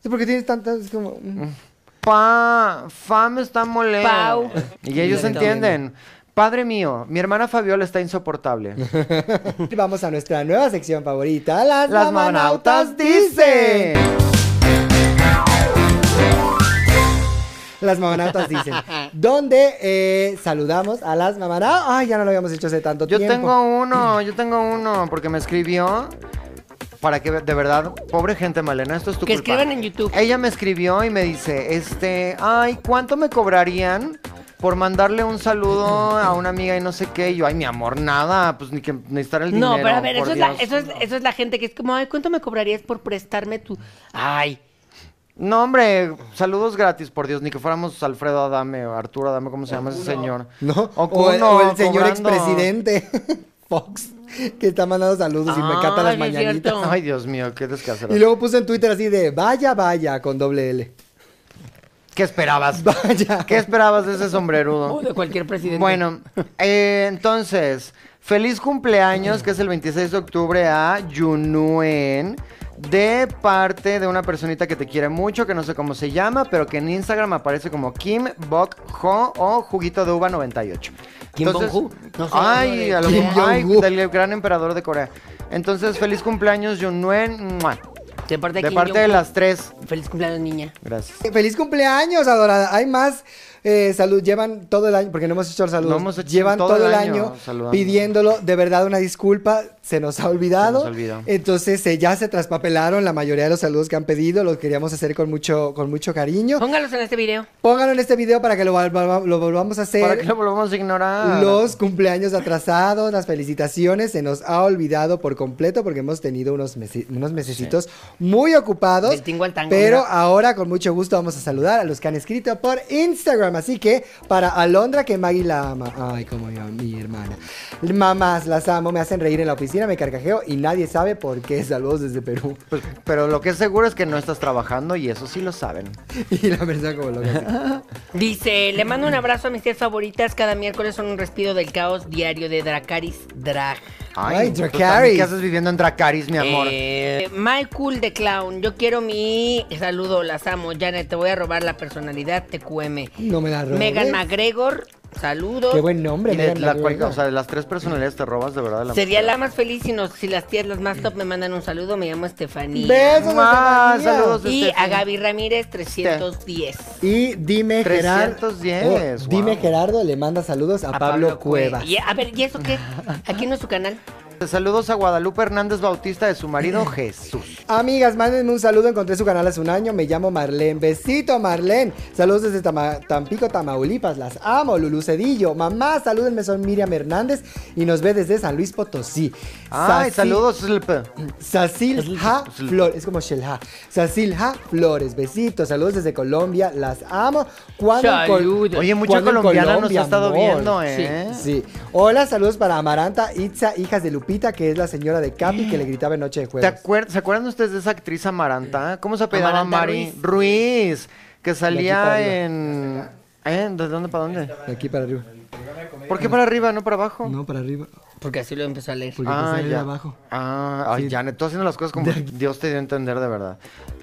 [SPEAKER 2] Sí, porque tienes tantas. es como. mm.
[SPEAKER 1] Pa, fa me está molesto.
[SPEAKER 3] Pau.
[SPEAKER 1] Y ellos
[SPEAKER 2] Exacto.
[SPEAKER 1] entienden. Padre mío, mi hermana Fabiola está insoportable.
[SPEAKER 2] Vamos a nuestra nueva sección favorita. Las,
[SPEAKER 1] Las
[SPEAKER 2] mamanautas
[SPEAKER 1] manautas
[SPEAKER 2] dicen.
[SPEAKER 1] dicen.
[SPEAKER 2] Las mamanatas dicen. Donde eh, saludamos a las mamanatas. Ay, ya no lo habíamos hecho hace tanto
[SPEAKER 1] Yo
[SPEAKER 2] tiempo.
[SPEAKER 1] tengo uno, yo tengo uno, porque me escribió para que de verdad, pobre gente, Malena, esto es tu
[SPEAKER 3] Que
[SPEAKER 1] culpa.
[SPEAKER 3] escriban en YouTube.
[SPEAKER 1] Ella me escribió y me dice, este, ay, ¿cuánto me cobrarían por mandarle un saludo a una amiga y no sé qué? Y yo, ay, mi amor, nada, pues ni que necesitar el dinero.
[SPEAKER 3] No, pero a ver,
[SPEAKER 1] por
[SPEAKER 3] eso es, la,
[SPEAKER 1] Dios.
[SPEAKER 3] eso, es, eso es la gente que es como, ay, ¿cuánto me cobrarías por prestarme tu...? Ay,
[SPEAKER 1] No, hombre, saludos gratis, por Dios, ni que fuéramos Alfredo Adame o Arturo Adame, ¿cómo se llama ese señor?
[SPEAKER 2] ¿No?
[SPEAKER 1] O,
[SPEAKER 2] O, el,
[SPEAKER 1] Cuno,
[SPEAKER 2] o el señor
[SPEAKER 1] cobrando.
[SPEAKER 2] expresidente Fox, que está mandando saludos y me canta
[SPEAKER 3] Ay,
[SPEAKER 2] las
[SPEAKER 3] es
[SPEAKER 2] mañanitas.
[SPEAKER 3] cierto.
[SPEAKER 1] Ay, Dios mío, qué descasero.
[SPEAKER 2] Y luego puso en Twitter así de vaya, vaya, con doble L.
[SPEAKER 1] ¿Qué esperabas?
[SPEAKER 2] Vaya.
[SPEAKER 1] ¿Qué esperabas de ese sombrerudo?
[SPEAKER 3] o de cualquier presidente.
[SPEAKER 1] Bueno, eh, entonces, feliz cumpleaños, que es el 26 de octubre, a Yunuen. De parte de una personita que te quiere mucho, que no sé cómo se llama, pero que en Instagram aparece como Kim Bok Ho o Juguito de Uva 98.
[SPEAKER 3] Kim
[SPEAKER 1] Entonces-
[SPEAKER 3] Bong-ju, no sé, no
[SPEAKER 1] ay,
[SPEAKER 3] de-
[SPEAKER 1] a lo-
[SPEAKER 2] Kim
[SPEAKER 1] ay,
[SPEAKER 2] Jong-un.
[SPEAKER 1] del gran emperador de Corea. Entonces, feliz cumpleaños, Yunuen. ¡mua!
[SPEAKER 3] de parte de,
[SPEAKER 1] De
[SPEAKER 3] Kim
[SPEAKER 1] parte de
[SPEAKER 3] Jong-un.
[SPEAKER 1] las tres.
[SPEAKER 3] Feliz cumpleaños, niña.
[SPEAKER 1] Gracias.
[SPEAKER 2] Eh, Feliz cumpleaños, adorada. Hay más eh, salud. Llevan todo el año, porque no hemos hecho saludos.
[SPEAKER 1] No hemos hecho
[SPEAKER 2] Llevan todo, el año,
[SPEAKER 1] saludando.
[SPEAKER 2] pidiéndolo. De verdad, una disculpa. Se nos ha olvidado.
[SPEAKER 1] Se nos olvidó.
[SPEAKER 2] Entonces, eh, ya se traspapelaron la mayoría de los saludos que han pedido. Los queríamos hacer con mucho, con mucho cariño.
[SPEAKER 3] Póngalos en este video.
[SPEAKER 2] Pónganlo en este video para que lo, volva- lo volvamos a hacer.
[SPEAKER 1] ¿Para qué lo volvamos a
[SPEAKER 3] Ah,
[SPEAKER 1] ignorar?
[SPEAKER 2] Los cumpleaños atrasados, las felicitaciones, se nos ha olvidado por completo porque hemos tenido unos, mesi- unos mesecitos muy ocupados.
[SPEAKER 3] Del tingo al tango,
[SPEAKER 2] pero
[SPEAKER 3] mira.
[SPEAKER 2] ahora con mucho gusto vamos a saludar a los que han escrito por Instagram. Así que para Alondra, que Maggie la ama. Ay, como yo, mi hermana. Mamás, las amo, me hacen reír en la oficina, me carcajeo y nadie sabe por qué. Saludos desde Perú.
[SPEAKER 1] Pues, pero lo que es seguro es que no estás trabajando y eso sí lo saben.
[SPEAKER 2] Y la persona como loca. así.
[SPEAKER 3] Dice, le mando un abrazo a mis tías favoritas. Cada miércoles son un respiro del caos diario de Dracaris Drag.
[SPEAKER 2] Ay,
[SPEAKER 1] pues,
[SPEAKER 2] Dracarys.
[SPEAKER 1] también, ¿Qué haces viviendo en Dracaris, mi amor?
[SPEAKER 3] Eh, Michael de Clown, yo quiero mi saludo, las amo. Janet, te voy a robar la personalidad, TQM.
[SPEAKER 2] No me la robes.
[SPEAKER 3] Megan McGregor, Saludos.
[SPEAKER 2] Qué buen nombre,
[SPEAKER 1] Y de
[SPEAKER 2] Megan
[SPEAKER 1] la
[SPEAKER 2] Markle.
[SPEAKER 1] cual- o sea, de las tres personalidades te robas de verdad de la
[SPEAKER 3] Sería
[SPEAKER 1] mujer.
[SPEAKER 3] la más feliz si, nos, si las tías, las más top, me mandan un saludo. Me llamo Estefanía.
[SPEAKER 2] Besos,
[SPEAKER 1] Ah,
[SPEAKER 2] Estefanía.
[SPEAKER 1] saludos.
[SPEAKER 3] Y
[SPEAKER 1] Estefanía.
[SPEAKER 3] a Gaby Ramírez, 310.
[SPEAKER 2] Y dime Gerardo.
[SPEAKER 1] 310, wow.
[SPEAKER 2] Dime Gerardo, le manda saludos a, Pablo, Cuevas.
[SPEAKER 3] Y, a ver, ¿y eso qué? Aquí no es su canal.
[SPEAKER 1] Saludos a Guadalupe Hernández Bautista de su marido Jesús.
[SPEAKER 2] Amigas, mándenme un saludo. Encontré su canal hace un año. Me llamo Marlene. Besito, Marlene. Saludos desde Tama- Tampico, Tamaulipas. Las amo, Lulu Cedillo. Mamá, salúdenme. Son Miriam Hernández y nos ve desde San Luis Potosí. Saci-
[SPEAKER 1] Ay, saludos. Slp.
[SPEAKER 2] Sacil Ha Flores, es como Shel Ha. Sacil Ha Flores, besitos, saludos desde Colombia, las amo. Cuando en Col-
[SPEAKER 3] Saludos.
[SPEAKER 1] Oye, mucha
[SPEAKER 2] cuando en
[SPEAKER 1] colombiana nos
[SPEAKER 2] Colombia,
[SPEAKER 1] ha estado
[SPEAKER 2] amor.
[SPEAKER 1] viendo, ¿eh?
[SPEAKER 2] Sí. Hola, saludos para Amaranta Itza, hijas de Lupita, que es la señora de Capi que le gritaba en Noche de
[SPEAKER 1] ¿Te
[SPEAKER 2] Juegos.
[SPEAKER 1] acuer- ¿Se acuerdan ustedes de esa actriz Amaranta? ¿Cómo se apellidaba
[SPEAKER 3] Amaranta
[SPEAKER 1] Mari? Ruiz. Que salía
[SPEAKER 2] arriba.
[SPEAKER 1] en... ¿Eh? ¿De dónde para dónde?
[SPEAKER 2] De aquí para arriba.
[SPEAKER 1] ¿Por qué para arriba, no para abajo?
[SPEAKER 2] No, para arriba.
[SPEAKER 3] Porque así lo empezó a leer.
[SPEAKER 2] Porque pensaba Pues en abajo.
[SPEAKER 1] Ah, ay, Janet, tú haciendo las cosas como Dios te dio a entender de verdad.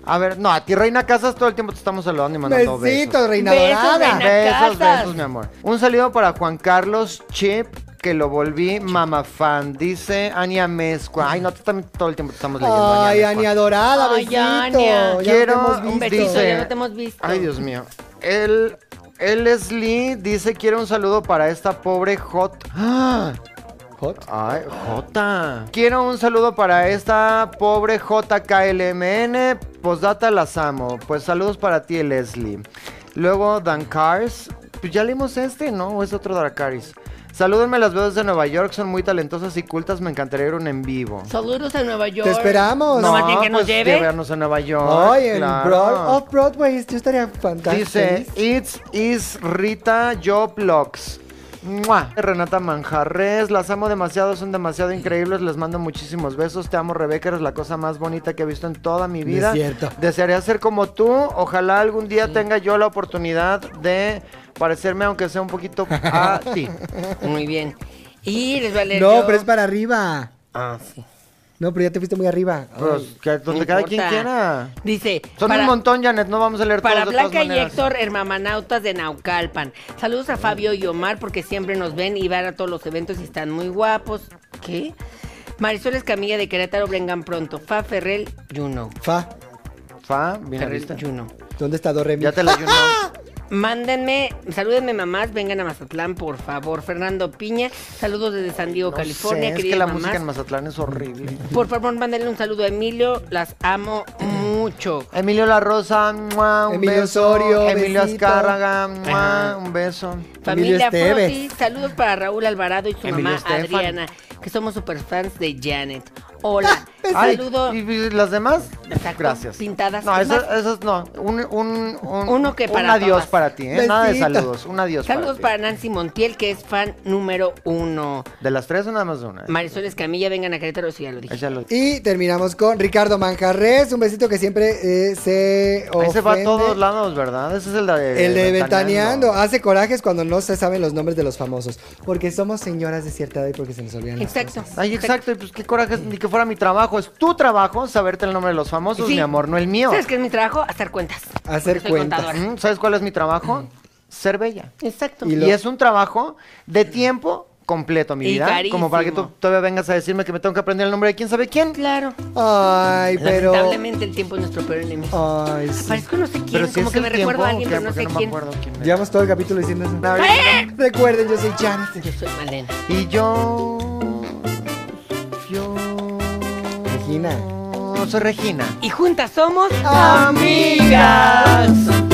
[SPEAKER 1] A ver, no, a ti, Reina Casas, todo el tiempo te estamos saludando y mandando besos.
[SPEAKER 2] Besitos, reina
[SPEAKER 3] Besos,
[SPEAKER 2] dorada.
[SPEAKER 3] reina.
[SPEAKER 1] Besos,
[SPEAKER 3] Casas.
[SPEAKER 1] besos, mi amor. Un saludo para Juan Carlos Chip, que lo volví mamá fan. Dice Ania Mezcua. Ay, no, tú también todo el tiempo te estamos leyendo.
[SPEAKER 2] Ay,
[SPEAKER 1] Mezcua.
[SPEAKER 2] Ania dorada,
[SPEAKER 3] Ay,
[SPEAKER 2] besito.
[SPEAKER 3] Ania.
[SPEAKER 2] Ya no te
[SPEAKER 1] Quiero
[SPEAKER 2] hemos
[SPEAKER 1] un
[SPEAKER 2] visto.
[SPEAKER 3] besito,
[SPEAKER 1] dice-
[SPEAKER 3] ya no te hemos visto.
[SPEAKER 1] Ay, Dios mío. Él, él es Lee, dice, quiero un saludo para esta pobre J. ¡Ah!
[SPEAKER 2] Hot.
[SPEAKER 1] Ay, J. Quiero un saludo para esta pobre JKLMN. Posdata las amo. Pues saludos para ti, Leslie. Luego Dancars. Pues ya leímos este, ¿no? ¿O es otro Dancars? Salúdenme las veo desde Nueva York, son muy talentosas y cultas, me encantaría ir a un en vivo.
[SPEAKER 3] Saludos a Nueva York.
[SPEAKER 2] Te esperamos.
[SPEAKER 3] No, más bien que nos
[SPEAKER 1] pues,
[SPEAKER 3] lleve.
[SPEAKER 1] llevarnos a Nueva York.
[SPEAKER 2] Ay, en
[SPEAKER 1] claro.
[SPEAKER 2] Broad- Off Broadway, yo estaría fantástico.
[SPEAKER 1] Dice, it's is Rita Joblox. Mua. Renata Manjarres, las amo demasiado, son demasiado increíbles, les mando muchísimos besos, te amo Rebeca, eres la cosa más bonita que he visto en toda mi vida.
[SPEAKER 2] es cierto.
[SPEAKER 1] Desearía ser como tú, ojalá algún día tenga yo la oportunidad de parecerme aunque sea un poquito a ti.
[SPEAKER 3] Muy bien. Y les va a leer
[SPEAKER 2] No,
[SPEAKER 3] yo.
[SPEAKER 2] pero es para arriba.
[SPEAKER 1] Ah, sí.
[SPEAKER 2] No, pero ya te fuiste muy arriba.
[SPEAKER 1] Pues, que donde
[SPEAKER 3] No
[SPEAKER 1] cada
[SPEAKER 3] importa.
[SPEAKER 1] quien quiera.
[SPEAKER 3] Dice,
[SPEAKER 1] Son
[SPEAKER 3] para,
[SPEAKER 1] un montón, Janet, no vamos a leer
[SPEAKER 3] para
[SPEAKER 1] todos de todas
[SPEAKER 3] Blanca y
[SPEAKER 1] maneras.
[SPEAKER 3] Héctor, hermamanautas de Naucalpan. Saludos a Fabio y Omar porque siempre nos ven y van a todos los eventos y están muy guapos. ¿Qué? Marisol Escamilla de Querétaro, vengan pronto. Fa Ferrell, you know.
[SPEAKER 2] Fa,
[SPEAKER 1] Fa, bien,
[SPEAKER 3] Ferrell,
[SPEAKER 1] ¿viste?
[SPEAKER 3] you know.
[SPEAKER 2] ¿dónde está Doremi?
[SPEAKER 1] Ya te la ayuno.
[SPEAKER 3] Mándenme, salúdenme mamás, vengan a Mazatlán, por favor. Fernando Piña, saludos desde San Diego,
[SPEAKER 1] No sé,
[SPEAKER 3] California,
[SPEAKER 1] es que
[SPEAKER 3] queridas
[SPEAKER 1] la
[SPEAKER 3] mamás.
[SPEAKER 1] música en Mazatlán es horrible.
[SPEAKER 3] Por favor, mándenle un saludo a Emilio, las amo mucho.
[SPEAKER 1] Emilio La Rosa, mua, un
[SPEAKER 2] Emilio
[SPEAKER 1] beso.
[SPEAKER 2] Osorio,
[SPEAKER 1] Emilio
[SPEAKER 2] besito.
[SPEAKER 1] Azcárraga, mua,
[SPEAKER 3] Ajá.
[SPEAKER 1] un beso.
[SPEAKER 2] Emilio
[SPEAKER 3] Familia
[SPEAKER 2] Esteves.
[SPEAKER 3] Frotis, saludos para Raúl Alvarado y su
[SPEAKER 1] Emilio
[SPEAKER 3] mamá
[SPEAKER 1] Estefan.
[SPEAKER 3] Adriana, que somos super fans de Janet. Hola,
[SPEAKER 1] Ay,
[SPEAKER 3] saludo.
[SPEAKER 1] ¿Y, y las demás?
[SPEAKER 3] Exacto,
[SPEAKER 1] Gracias.
[SPEAKER 3] pintadas.
[SPEAKER 1] No, esas,
[SPEAKER 3] Más-
[SPEAKER 1] esas no. Un, un- un-
[SPEAKER 3] Uno que
[SPEAKER 1] un
[SPEAKER 3] para
[SPEAKER 1] adiós
[SPEAKER 3] todas.
[SPEAKER 1] para ti, ¿eh? Nada de
[SPEAKER 2] Besito.
[SPEAKER 1] saludos. Un adiós
[SPEAKER 3] Saludos
[SPEAKER 1] para
[SPEAKER 3] para
[SPEAKER 1] ti.
[SPEAKER 3] Nancy Montiel, que es fan número uno.
[SPEAKER 1] De las tres, nada más de una. ¿eh?
[SPEAKER 3] Marisol Escamilla, vengan a Querétaro, si ya lo dije.
[SPEAKER 1] Ahí ya lo-
[SPEAKER 2] Y terminamos con Ricardo Manjarres, un besito que siempre eh, se ofende.
[SPEAKER 1] Ahí se va a todos lados, ¿verdad? Ese es el de...
[SPEAKER 2] El de
[SPEAKER 1] Ventaneando.
[SPEAKER 2] Ventaneando Ah, hace corajes cuando no se saben los nombres de los famosos. Porque somos señoras de cierta edad y porque se nos olvidan las
[SPEAKER 3] Exacto.
[SPEAKER 1] Ay, exacto, y pues qué coraje, ni que fuera mi trabajo, es tu trabajo saberte el nombre de los famosos,
[SPEAKER 3] Sí.
[SPEAKER 1] mi amor, no el mío.
[SPEAKER 3] ¿Sabes qué es mi trabajo? Hacer cuentas.
[SPEAKER 2] Hacer
[SPEAKER 3] Porque soy
[SPEAKER 2] cuentas.
[SPEAKER 3] contadora.
[SPEAKER 1] Mm, ¿Sabes cuál es mi trabajo? Ser bella.
[SPEAKER 3] Exacto.
[SPEAKER 1] Y,
[SPEAKER 2] lo-
[SPEAKER 1] es un trabajo de tiempo completo, mi
[SPEAKER 3] Y
[SPEAKER 1] vida. Como para que tú
[SPEAKER 3] carísimo.
[SPEAKER 1] todavía vengas a decirme que me tengo que aprender el nombre de quién sabe quién.
[SPEAKER 3] Claro.
[SPEAKER 2] Ay, pero.
[SPEAKER 3] Lamentablemente el tiempo es nuestro peor enemigo.
[SPEAKER 2] Ay, sí.
[SPEAKER 3] Parezco no sé quién,
[SPEAKER 1] Oh, Pero si
[SPEAKER 3] como
[SPEAKER 1] es
[SPEAKER 3] que
[SPEAKER 1] el
[SPEAKER 3] me
[SPEAKER 1] tiempo,
[SPEAKER 3] recuerdo a alguien,
[SPEAKER 1] ¿o qué?
[SPEAKER 3] pero no
[SPEAKER 1] Porque
[SPEAKER 3] sé
[SPEAKER 1] me
[SPEAKER 3] quién.
[SPEAKER 1] acuerdo quién era.
[SPEAKER 2] Llevamos todo el capítulo diciendo eso.
[SPEAKER 3] ¡Eh!
[SPEAKER 2] Recuerden, yo soy Janet.
[SPEAKER 3] Yo soy Malena.
[SPEAKER 1] Y yo. Yo.
[SPEAKER 2] Regina.
[SPEAKER 1] Soy Regina.
[SPEAKER 2] Ah.
[SPEAKER 3] Y juntas somos...
[SPEAKER 2] Amigas.